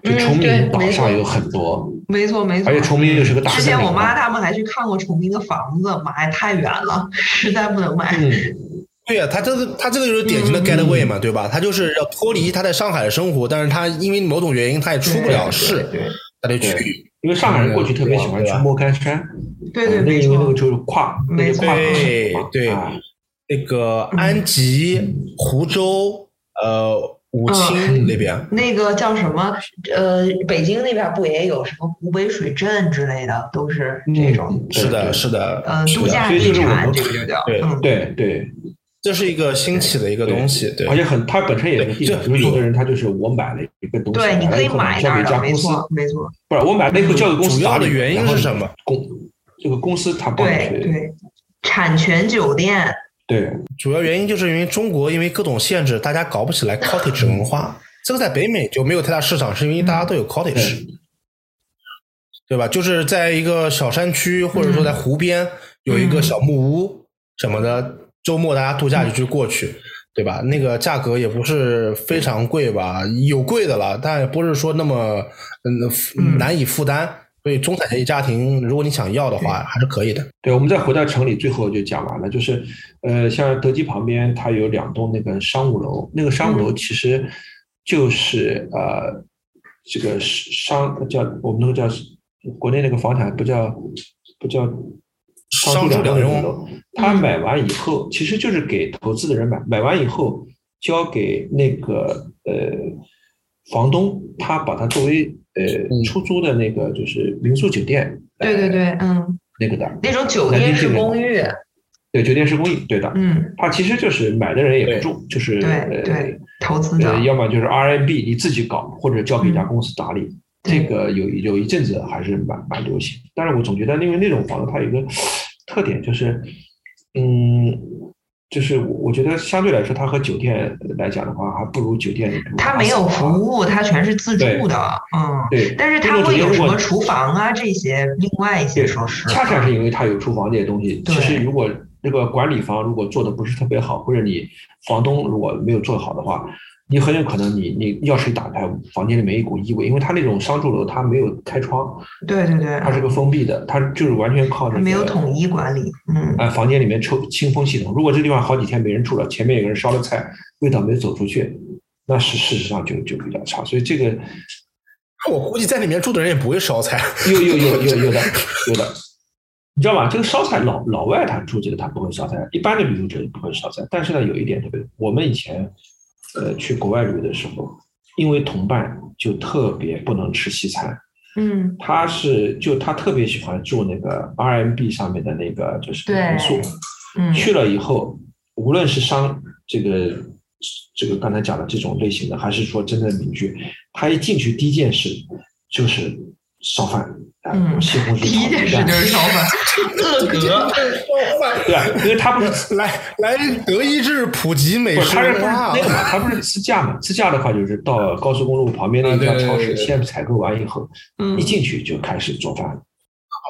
C: 就
D: 嗯
C: 崇
D: 对
C: 明岛
D: 没错
C: 上有很多，
B: 没错没错
C: 而且。崇明又是个大
B: 之
C: 森
B: 前
C: 林
B: 我妈
C: 啊。
B: 他们还去看过崇明的房子，妈呀，太远了，实在不能买。
C: 嗯，
A: 对呀、他这个他这个就是典型的
B: 嗯
A: getaway 嘛，对吧？他就是要脱离他在上海的生活，但是他因为某种原因他也出不了市，
B: 对
A: 他得
C: 对
A: 去。
C: 因为上海人过去特别喜
B: 啊
C: 欢去莫干山，
B: 对对，
C: 嗯那
B: 没
C: 个因为那
B: 错，
C: 个就是跨，那
B: 没
C: 个
B: 错
C: 跨河
A: 对
C: 嘛
A: 对
C: 啊
A: 那个
B: 嗯
A: 安吉、湖州、呃武清
C: 嗯
A: 那边，
B: 那个叫什么？呃，北京那边不也有什么湖北水镇之类的，都是这种。
C: 对
A: 是的，
C: 对
A: 是啊的，
B: 嗯，
A: 是
B: 度
A: 的，
B: 假
C: 嗯所以
B: 地
C: 就是我
B: 产
C: 们
B: 这个就叫
A: 对
B: 嗯
C: 对对
A: 这是一个新起的一个东西，对
C: 而，且很，它本身也是个地
A: 对
C: 方，
A: 这
C: 比如有的人他就是我买了一个东西，
B: 对，你可以买那儿
C: 交给一
B: 的，
C: 家
B: 没
C: 公司，
B: 错没错，
C: 不是我买了以后交给公
A: 嗯
C: 司
A: 主要
C: 打理，
A: 的原因
C: 然后
A: 是什么？
C: 公这个公司他帮你
B: 对
C: 去
B: 对，产权酒店，
C: 对
A: 主要原因就是因为中国因为各种限制，大家搞不起来 cottage 文
C: 嗯
A: 化，嗯这个在北美就没有太大市场，是因为大家都有 cottage。
C: 对
A: 对吧？就是在一个小山区，或者说
B: 嗯
A: 在湖边、有一个小木屋什么的，周末大家度假就去过
B: 嗯
A: 去，对吧？那个价格也不是非常贵吧，有贵的了，但也不是说那么嗯
B: 嗯
A: 难以负担。所以中产阶级家庭，如果你想要的话，还是可以的。
C: 对，我们再回到城里，最后就讲完了，就是呃，像德基旁边它有两栋那个商务楼，那个
A: 嗯
C: 商务楼其实就是、呃，这个商叫我们那个叫国内那个房产不叫不叫
A: 商
C: 商
A: 住
C: 住
A: 两嗯
C: 两
A: 用
C: 楼，他买完以后，其实就是给投资的人买，买完以后交给那个呃房东，他把它作为
A: 嗯
C: 呃出租的那个就是民宿酒店，
B: 对对对，嗯，
C: 那个的。
B: 那种酒
C: 南
B: 店
C: 京
B: 式
C: 这边
B: 公寓，
C: 对，酒店是公益，对的。
B: 嗯，
C: 它其实就是买的人也
A: 对
C: 不住，就是
B: 对
C: 呃
B: 对，投资者
C: 呃，，要么就是 RMB 你自己搞，或者交给一家公司打理。
B: 嗯对
C: 这个有有一阵子还是蛮蛮流行，但是我总觉得，因为那种房子它有一个特点，就是，嗯，就是我我觉得相对来说，它和酒店来讲的话，还不如酒店。
B: 它没有服。务，它全是自助的，嗯，
C: 对，
B: 但是
C: 这
B: 它
C: 种酒
B: 会
C: 店
B: 有
C: 如
B: 什
C: 果
B: 么厨房啊这些另外一些
C: 对
B: 设施，
C: 恰恰是因为它有厨房这些东西，
B: 对
C: 其实如果这个管理方如果做的不是特别好，或者你房东如果没有做好的话，你很有可能你你钥匙一打开，房间里面一股异味，因为它那种商住楼它没有开窗，
B: 对对对，
C: 它是个封闭的，它就是完全靠那个
B: 没有统一管理，嗯，
C: 啊，房间里面抽清风系统。如果这地方好几天没人住了，前面有个人烧了菜，味道没走出去，那是事实上就就比较差。所以这个
A: 我估计在里面住的人也不会烧菜，
C: 有有有有有的有的， 你知道吧？这个烧菜老老外他住这个他不会烧菜，一般的旅游者也不会烧菜。但是呢，有一点特别，我们以前呃去国外旅游的时候，因为同伴就特别不能吃西餐，
B: 嗯，
C: 他是就他特别喜欢住那个 RMB 上面的那个就是
B: 对
C: 民宿，
B: 嗯，
C: 去了以后，无论是商这个这个刚才讲的这种类型的，还是说真正的民居，他一进去第一件事就是烧饭，啊
B: 嗯
C: 西红柿
B: 第一件事
C: 炒
B: 就
C: 鸡
B: 是烧
C: 蛋
B: 饭，恶格，
C: 对啊，因为他不是 自
A: 来来德意志普及美
C: 不是
A: 食
C: 他是不
A: 文
C: 是
A: 化
C: 那。个嘛，他不是自驾嘛，自驾的话就是到高速公路旁边的一
A: 啊
C: 家
A: 对对
C: 超
A: 对
C: 市
A: 对
C: 先采购完以后，
B: 嗯
C: 一进去就开始做饭，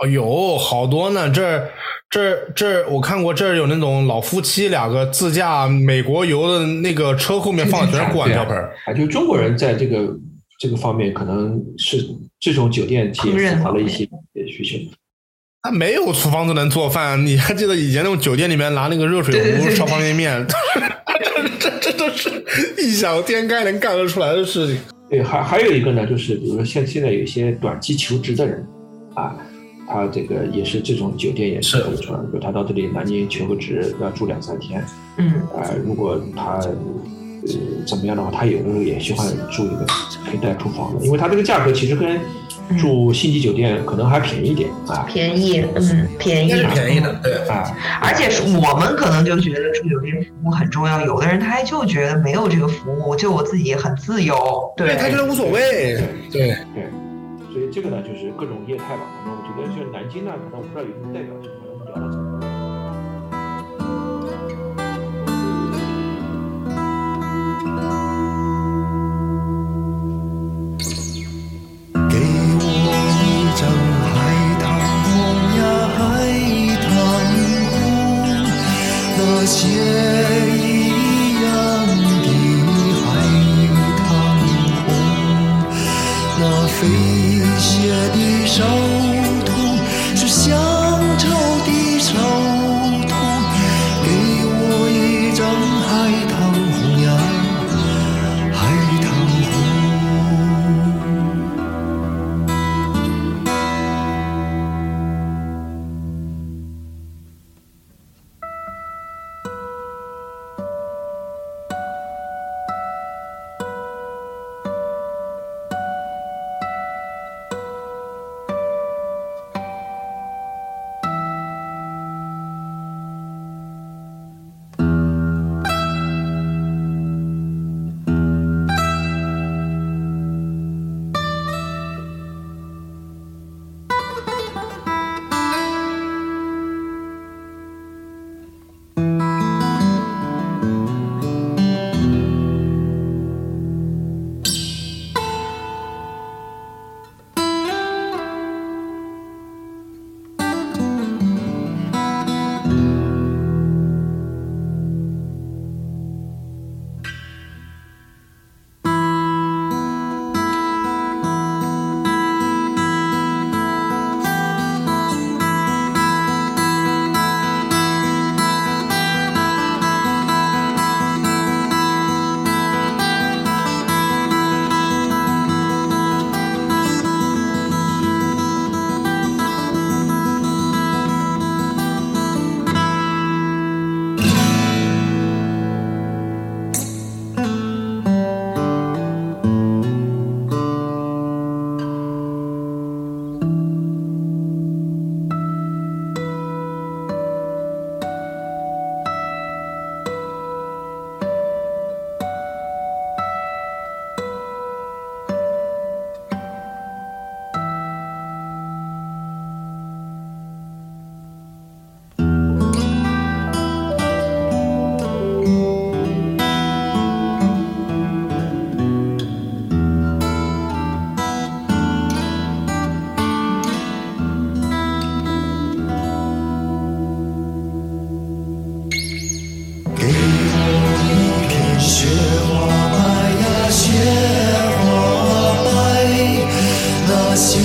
A: 哦，有好多呢，这儿这儿这儿我看过，这儿有那种老夫妻两个自驾美国游的那个车后面放的全是锅碗瓢盆儿，
C: 啊，就中国人在这个这个方面可能是这种酒店
B: 烹饪
C: 也符合
B: 方
C: 了一
B: 面
C: 些呃需求。
A: 他没有厨房都能做饭。你还记得以前那种酒店里面拿那个热水
B: 对对
A: 壶
B: 对
A: 烧方便面， 这这这都是异想天开能干得出来的事情。
C: 对，还还有一个呢，就是比如说现现在有一些短期求职的人，啊，他这个也是这种酒店也是
A: 是
C: 会出来，比如他到这里南京求个职，要住两三天，
B: 嗯，
C: 啊，如果他呃怎么样的话，他有的时候也喜欢住一个可以带厨房的，因为他这个价格其实跟住星级酒店可能还便宜一点啊
B: 便宜，嗯，便宜，
A: 的，对。
C: 啊，
B: 而且是我们可能就觉得住酒店服务很重要，有的人他就觉得没有这个服务，就我自己很自由，
A: 对，他觉得无所谓，对，
C: 对，所以以这个呢，就是各种业态吧。反正我觉得像南京呢，可能我不知道有没有代表性，可能我们聊到这儿。
D: 给我一张海棠红呀，海棠红，那些一样的海棠红，那飞雪的手痛是乡愁的手痛，给我一张海棠红呀，海棠红。给我一片雪花白呀，雪花白，那心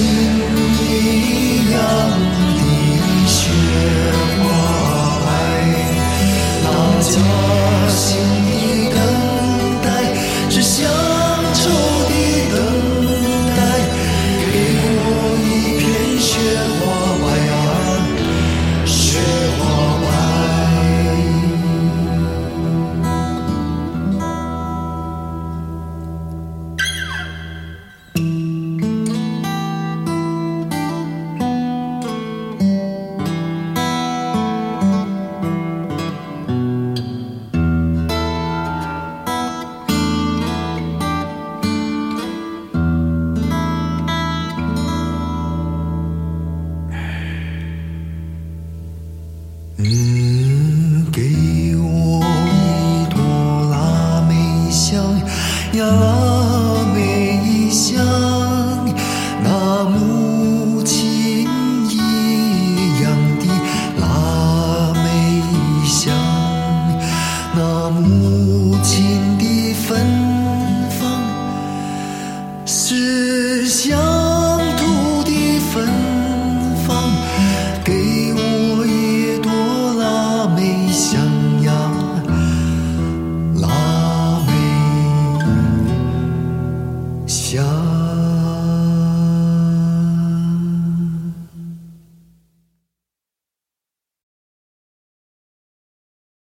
D: 一样的雪花白，那家乡的等待是乡愁的等待。给我一片雪花白呀，雪花白。嗯，给